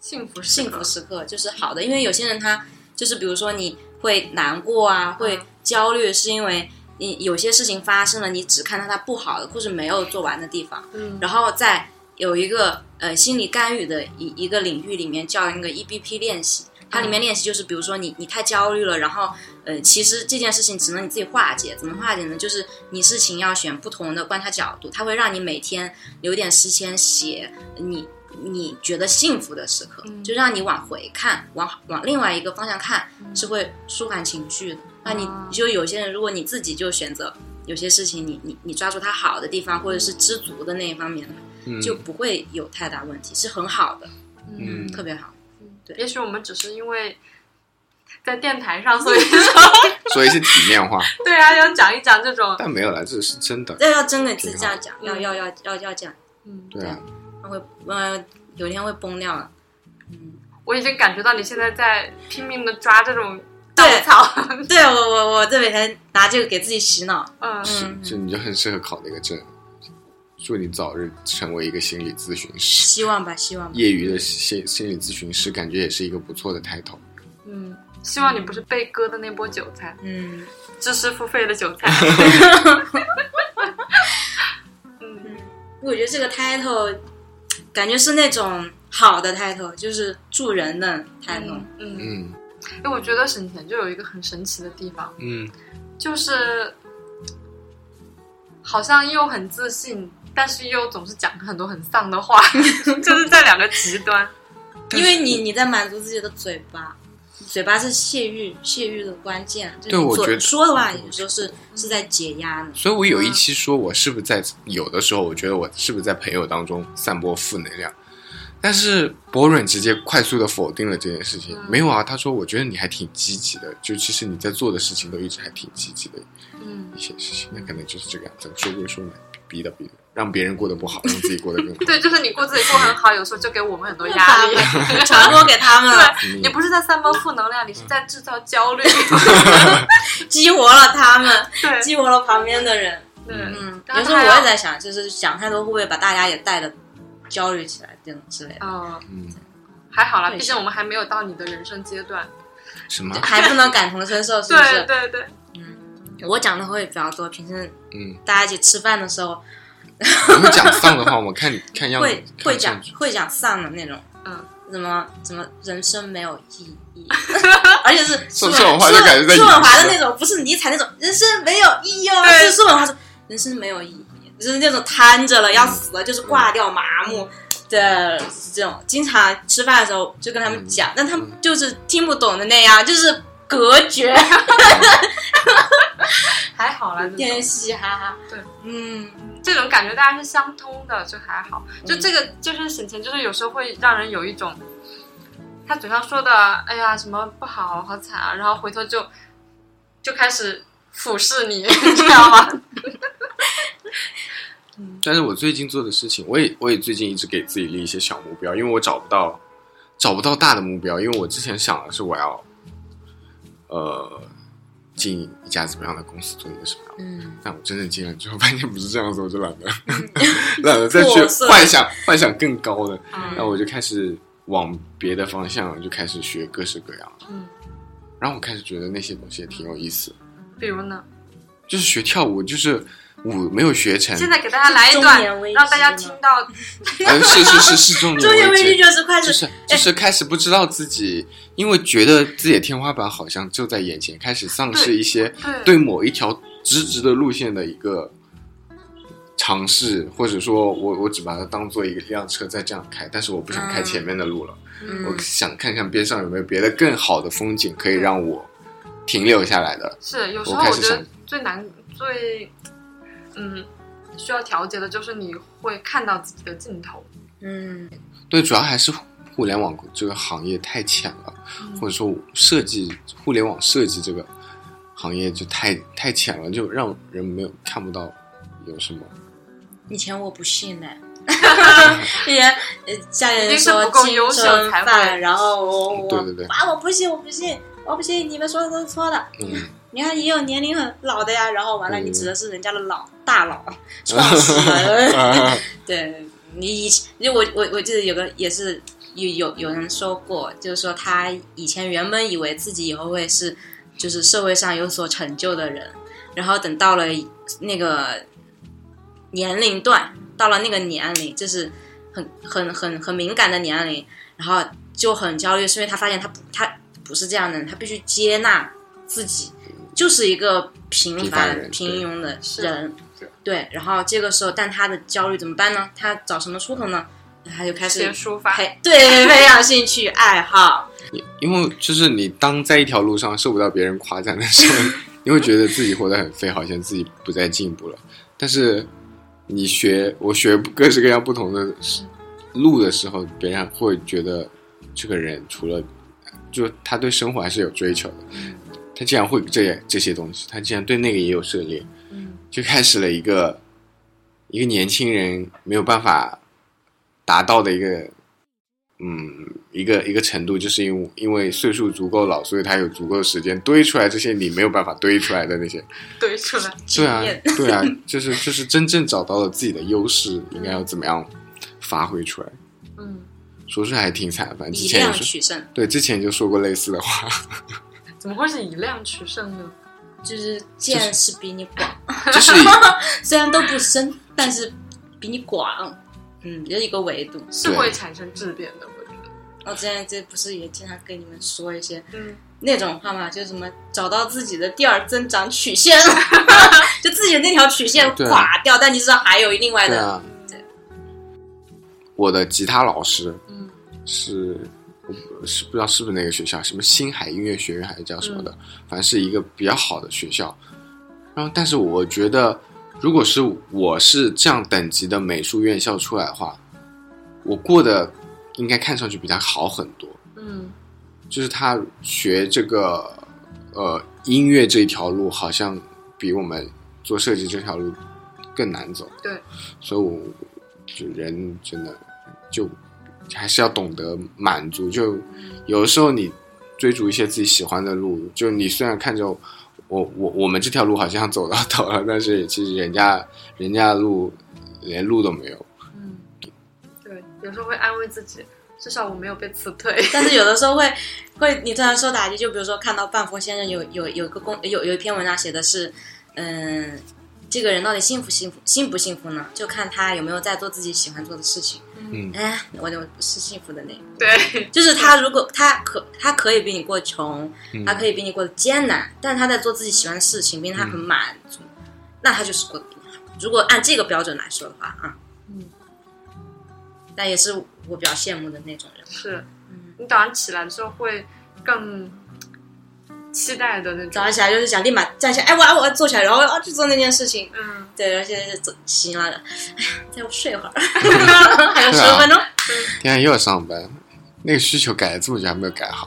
Speaker 3: 幸福时
Speaker 4: 幸
Speaker 3: 刻
Speaker 4: 福时刻就是好的，因为有些人他就是比如说你会难过啊，会焦虑，是因为你有些事情发生了，你只看到它不好的或者没有做完的地方，
Speaker 3: 嗯，
Speaker 4: 然后在有一个呃心理干预的一一个领域里面叫那个 EBP 练习，它里面练习就是比如说你你太焦虑了，然后呃其实这件事情只能你自己化解，怎么化解呢？就是你事情要选不同的观察角度，它会让你每天留点时间写你。你觉得幸福的时刻，
Speaker 3: 嗯
Speaker 4: 就让你往回看，往往另外一个方向看，
Speaker 3: 嗯
Speaker 4: 是会舒缓情绪的。那你
Speaker 3: 啊
Speaker 4: 就有些人，如果你自己就选择有些事情你，你你抓住它好的地方，或者是知足的那一方面的话，
Speaker 2: 嗯，
Speaker 4: 就不会有太大问题，是很好的，
Speaker 2: 嗯
Speaker 4: 特别好。对
Speaker 3: 也许我们只是因为在电台上，所以说，
Speaker 2: 说一些体面话，
Speaker 3: 对啊，要讲一讲这种，
Speaker 2: 但没有啦，这是真的。
Speaker 4: 要要真的自己
Speaker 2: 挺好
Speaker 4: 这样讲，要
Speaker 3: 嗯
Speaker 4: 要要要要这样，
Speaker 3: 嗯，
Speaker 2: 对啊，
Speaker 4: 他会呃有一天会崩掉的。
Speaker 3: 我已经感觉到你现在在拼命的抓这种稻
Speaker 4: 对
Speaker 3: 草，
Speaker 4: 对我我我这每天拿这个给自己洗脑，
Speaker 3: 嗯，
Speaker 4: 嗯，
Speaker 2: 就你就很适合考那个证。祝你早日成为一个心理咨询师，
Speaker 4: 希望吧，希望吧。
Speaker 2: 业余的心心理咨询师，感觉也是一个不错的 title。
Speaker 3: 嗯，希望你不是被割的那波韭菜，
Speaker 4: 嗯，
Speaker 3: 知识付费的韭 (laughs) 菜。嗯
Speaker 4: 我觉得这个 title 感觉是那种好的 title，就是助人的 title。
Speaker 3: 嗯，
Speaker 2: 嗯
Speaker 3: 因为我觉得省钱就有一个很神奇的地方，
Speaker 2: 嗯
Speaker 3: 就是好像又很自信，但是又总是讲很多很丧 (laughs) 的话，就是在两个极端。
Speaker 4: 因为你你在满足自己的嘴巴，嘴巴是泄欲泄欲的关键。啊就
Speaker 2: 对
Speaker 4: 你
Speaker 2: 我
Speaker 4: 所
Speaker 2: 觉得
Speaker 4: 说的话，有时候是是在解压你。
Speaker 2: 所以我有一期说我是不是在有的时候，我觉得我是不是在朋友当中散播负能量，但是博润直接快速的否定了这件事情。
Speaker 3: 嗯
Speaker 2: 没有啊，他说我觉得你还挺积极的，就其实你在做的事情都一直还挺积极的
Speaker 3: (laughs) 嗯，
Speaker 2: 一些事情，那可能就是这个样子，说归说嘛，逼的逼的，让别人过得不好，让自己过得更好。
Speaker 3: 对，就是你过自己过很好，有时候就给我们很多压 (laughs) 力。
Speaker 4: 传播给他们了，
Speaker 3: 对
Speaker 2: 嗯
Speaker 3: 你不是在散播负能量，你是在制造焦虑。
Speaker 4: 激活了他们，
Speaker 3: (laughs) 对
Speaker 4: 激活了旁边的人。
Speaker 3: 对，
Speaker 4: 嗯，
Speaker 3: 然后
Speaker 4: 有时候
Speaker 3: 还
Speaker 4: 我
Speaker 3: 要
Speaker 4: 也在想，就是想太多会不会把大家也带的焦虑起来，这种之类的，
Speaker 3: 嗯，
Speaker 2: 嗯，
Speaker 3: 还好啦，
Speaker 4: 对
Speaker 3: 毕竟我们还没有到你的人生阶段。
Speaker 2: 什么？
Speaker 4: 还不能感同身受，是不
Speaker 3: 对
Speaker 4: 是？
Speaker 3: 对对，
Speaker 4: 我讲的会比较多，平时
Speaker 2: 嗯，
Speaker 4: 大家一起吃饭的时候
Speaker 2: 你们讲丧的话，我看看样子
Speaker 4: 会会讲
Speaker 2: 看上去
Speaker 4: 会讲丧的那种，
Speaker 3: 嗯，
Speaker 4: 怎么怎么人生没有意
Speaker 2: (laughs)
Speaker 4: 义，而且是
Speaker 2: 说
Speaker 4: 苏
Speaker 2: 这种话就感觉在
Speaker 4: 苏
Speaker 2: 引
Speaker 4: 文华的
Speaker 2: 申
Speaker 4: 那种，不是尼采那种人生没有意义哦，
Speaker 3: 对
Speaker 4: 是苏文华说人生没有意义，就是那种瘫着了要死了，就是挂掉麻木。的这种，经常吃饭的时候就跟他们讲，但他们就是听不懂的那样，就是隔绝，
Speaker 2: 嗯
Speaker 3: 还好啦，这
Speaker 4: 天
Speaker 3: 种
Speaker 4: 天嘻嘻哈哈。
Speaker 3: 对，
Speaker 4: 嗯，
Speaker 3: 这种感觉大家是嗯相通的，就还好。就这个就是省钱，就是有时候会让人有一种，他嘴上说的哎呀什么不好，好惨啊，然后回头就就开始俯视 (laughs) 你，你知道吗？
Speaker 2: 但是我最近做的事情，我也我也最近一直给自己立一些小目标，因为我找不到找不到大的目标，因为我之前想的是我要呃进一家怎么样的公司做一个什么样的，
Speaker 4: 嗯，
Speaker 2: 但我真正进来之后 (laughs) 发现不是这样子，我就
Speaker 3: (laughs)
Speaker 2: 懒得懒得再去
Speaker 4: 破碎
Speaker 2: 幻想幻想更高的，
Speaker 3: 嗯
Speaker 2: 那我就开始往别的方向就开始学各式各样的，
Speaker 3: 嗯，
Speaker 2: 然后我开始觉得那些东西也挺有意思，
Speaker 3: 比如呢，
Speaker 2: 就是学跳舞，就是舞没有学成，
Speaker 3: 现在给大家来一段
Speaker 4: 中年危，机
Speaker 3: 让大家听到，
Speaker 2: 嗯，是是是是
Speaker 3: (laughs)
Speaker 2: 重
Speaker 4: 中年
Speaker 2: 点
Speaker 4: 危机就是开
Speaker 2: 就
Speaker 4: 始
Speaker 2: 是就是开始不知道自己，因为觉得自己的天花板好像就在眼前，开始丧失一些
Speaker 3: 对
Speaker 2: 对某一条直直的路线的一个尝试，或者说我我只把它当做一个一辆车在这样开，但是我不想开前面的路了，
Speaker 4: 嗯
Speaker 2: 我想看看边上有没有别的更好的风景可以让我停留下来的。
Speaker 3: 是有时
Speaker 2: 我
Speaker 3: 候
Speaker 2: 开
Speaker 3: 我
Speaker 2: 始
Speaker 3: 觉得
Speaker 2: 想
Speaker 3: 最难最嗯需要调节的就是你会看到自己的尽头。
Speaker 4: 嗯，
Speaker 2: 对，主要还是互联网这个行业太浅了，
Speaker 3: 嗯
Speaker 2: 或者说设计互联网设计这个行业就太太浅了，就让人没有看不到有什么。
Speaker 4: 以前我
Speaker 3: (laughs)
Speaker 4: 不信呢、以前呃家里
Speaker 3: 一定
Speaker 4: 人
Speaker 3: 是
Speaker 4: 说
Speaker 3: 不够
Speaker 4: 青
Speaker 3: 优秀
Speaker 4: 春
Speaker 3: 才
Speaker 4: 饭
Speaker 3: 会
Speaker 4: 然后我我
Speaker 2: 对对对
Speaker 4: 啊我不信我不信我不信，你们说的都是错的。
Speaker 2: 嗯，
Speaker 4: 你看也有年龄很老的呀，然后完了
Speaker 2: 嗯
Speaker 4: 你指的是人家的老大
Speaker 2: (laughs)
Speaker 4: 佬创始人，对你以前就我我我记得有个也是有有有人说过，就是说他以前原本以为自己以后会是就是社会上有所成就的人，然后等到了那个年龄段，到了那个年龄，就是很很很很敏感的年龄，然后就很焦虑，是因为他发现他不他不是这样的人，他必须接纳自己就是一个平
Speaker 2: 平凡
Speaker 4: 凡
Speaker 2: 人
Speaker 4: 平
Speaker 2: 对
Speaker 4: 庸的
Speaker 3: 是
Speaker 4: 人
Speaker 2: 是，
Speaker 4: 对。然后这个时候，但他的焦虑怎么办呢？他找什么出口呢？他就开始
Speaker 3: 写书法，
Speaker 4: 培对培养兴趣爱好，
Speaker 2: 因为就是你当在一条路上受不到别人夸赞的时候， (laughs) 你会觉得自己活得很废，好像自己不再进步了。但是你学我学各式各样不同的路的时候，别人会觉得这个人除了就他对生活还是有追求的，他竟然会这这些东西，他竟然对那个也有涉猎，
Speaker 3: 嗯，
Speaker 2: 就开始了一个一个年轻人没有办法达到的一个嗯一个一个程度，就是因为因为岁数足够老，所以他有足够的时间堆出来这些你没有办法堆出来的那些。
Speaker 3: 对出来，
Speaker 2: 对啊
Speaker 4: 验，
Speaker 2: 对啊，就是就是真正找到了自己的优势，应该要怎么样发挥出来。
Speaker 3: 嗯，
Speaker 2: 说出来还挺惨，反正之
Speaker 4: 以
Speaker 2: 前
Speaker 4: 量
Speaker 2: 也是
Speaker 4: 取胜，
Speaker 2: 对之前就说过类似的
Speaker 4: (laughs)
Speaker 2: 话，
Speaker 3: 怎么会是以量取胜呢？
Speaker 4: 就是见识比你广，
Speaker 2: 就是以
Speaker 4: 虽然都不深，但是比你广。嗯，有一个维度。
Speaker 3: 是会产生质变的，我觉得。
Speaker 4: 我之前这不是也经常跟你们说一些
Speaker 3: 嗯，
Speaker 4: 那种话嘛，就是什么找到自己的第二增长曲线， (laughs) 就自己的那条曲线
Speaker 2: 对啊
Speaker 4: 垮掉，但你知道还有另外
Speaker 2: 对
Speaker 4: 的，
Speaker 2: 啊
Speaker 4: 对。
Speaker 2: 我的吉他老师，
Speaker 3: 嗯，
Speaker 2: 是我不是不知道是不是那个学校，什么星海音乐学院还是叫什么的，反正是一个比较好的学校。然后，但是我觉得，如果是我是这样等级的美术院校出来的话，我过得应该看上去比他好很多。
Speaker 3: 嗯，
Speaker 2: 就是他学这个呃音乐这条路，好像比我们做设计这条路更难走。
Speaker 3: 对，
Speaker 2: 所以我就人真的就还是要懂得满足。就有的时候你追逐一些自己喜欢的路，就你虽然看着我我我们这条路好像走到头了，但是其实人家人家的路连路都没有。
Speaker 3: 嗯，对，有时候会安慰自己，至少我没有被辞退。 (laughs)
Speaker 4: 但是有的时候会会你突然受打击，就比如说看到半佛先生有有有一个公有有一篇文章写的是，嗯、这个人到底幸福幸福幸不幸福呢？就看他有没有在做自己喜欢做的事情。
Speaker 2: 嗯
Speaker 4: 哎，我就不是幸福的那一个，
Speaker 3: 对，
Speaker 4: 就是他如果他可他可以比你过穷，
Speaker 2: 嗯
Speaker 4: 他可以比你过得艰难，但是他在做自己喜欢的事情，并且他
Speaker 2: 嗯
Speaker 4: 很满足，那他就是过得比你好。如果按这个标准来说的话啊，
Speaker 3: 嗯，
Speaker 4: 但也是我比较羡慕的那种人。
Speaker 3: 是
Speaker 4: 嗯
Speaker 3: 你早上起来之后会更期待的那
Speaker 4: 早上
Speaker 3: 种。
Speaker 4: 起来就是想立马站起来，哎，我要我要坐起来，然后要去做那件事情。
Speaker 3: 嗯，
Speaker 4: 对，而且是走醒了，哎呀，再睡会儿，还有十分钟。
Speaker 2: 天啊天又要上班，那个需求改了这么久还没有改好。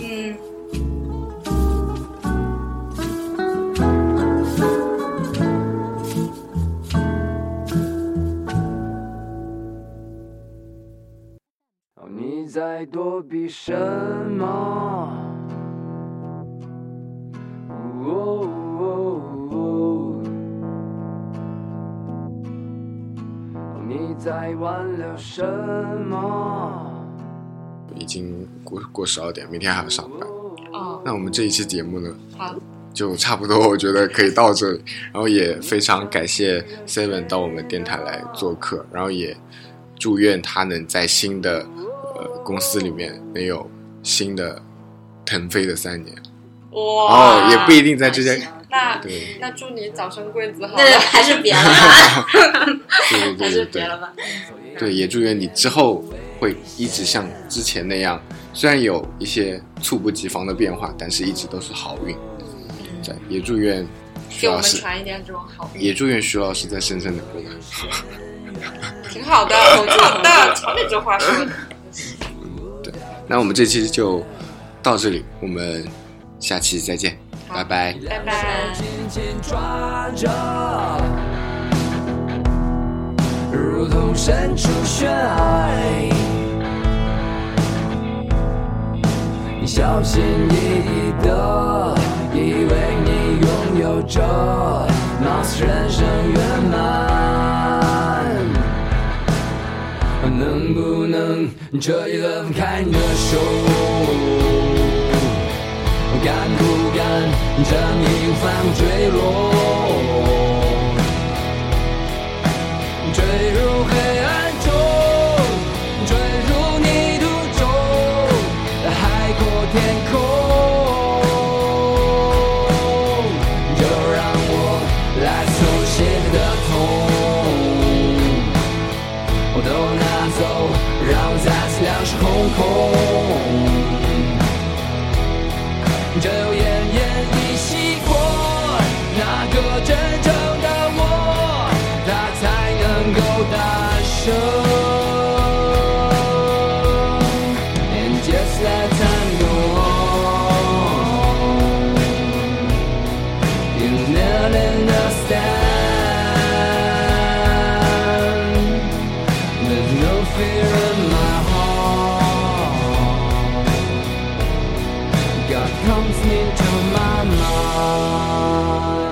Speaker 4: 嗯，
Speaker 5: 哦你在躲避什么？哦哦哦哦你在挽留什么？
Speaker 2: 已经过过十二点，明天还要上班。
Speaker 3: 哦，
Speaker 2: 那我们这一期节目呢，
Speaker 3: 好，
Speaker 2: 就差不多，我觉得可以到这里。然后也非常感谢 Seven 到我们电台来做客，然后也祝愿他能在新的呃公司里面能有新的腾飞的三年。
Speaker 3: 哇
Speaker 2: 哦，也不一定在这间，
Speaker 3: 那
Speaker 2: 对
Speaker 3: 那祝你早生贵子好
Speaker 4: 那
Speaker 3: 了。
Speaker 4: 还是别了吧，
Speaker 2: 对对
Speaker 4: 还是
Speaker 2: 对对
Speaker 4: 别
Speaker 2: 对
Speaker 4: 了吧。
Speaker 2: 对，也祝愿你之后会一直像之前那样，虽然有一些猝不及防的变化，但是一直都是好运。对，也祝愿徐
Speaker 3: 给我
Speaker 2: 老
Speaker 3: 们
Speaker 2: 师，
Speaker 3: 传一点这种好运，
Speaker 2: 也祝愿徐老师在深圳的过得很好。
Speaker 3: 挺好的，挺好的。瞧你这话说的，
Speaker 2: 那我们这期就到这里，我们下期再见，
Speaker 3: 好
Speaker 2: 拜拜。
Speaker 3: 拜拜。
Speaker 5: 紧紧抓着，如同身处深海。你小心翼翼的，以为你拥有着貌似人生圆满。能不能这一轮看你的手？敢不敢正义反坠落？坠入黑暗中，坠入泥土中，海阔天空。就让我来诉写的痛。我都拿走，让再次两手空空。这又奄奄一息过，那个真正的我，他才能够大声。And just let time go on. You never understand. There's no fear in my heart. God comes into my mind.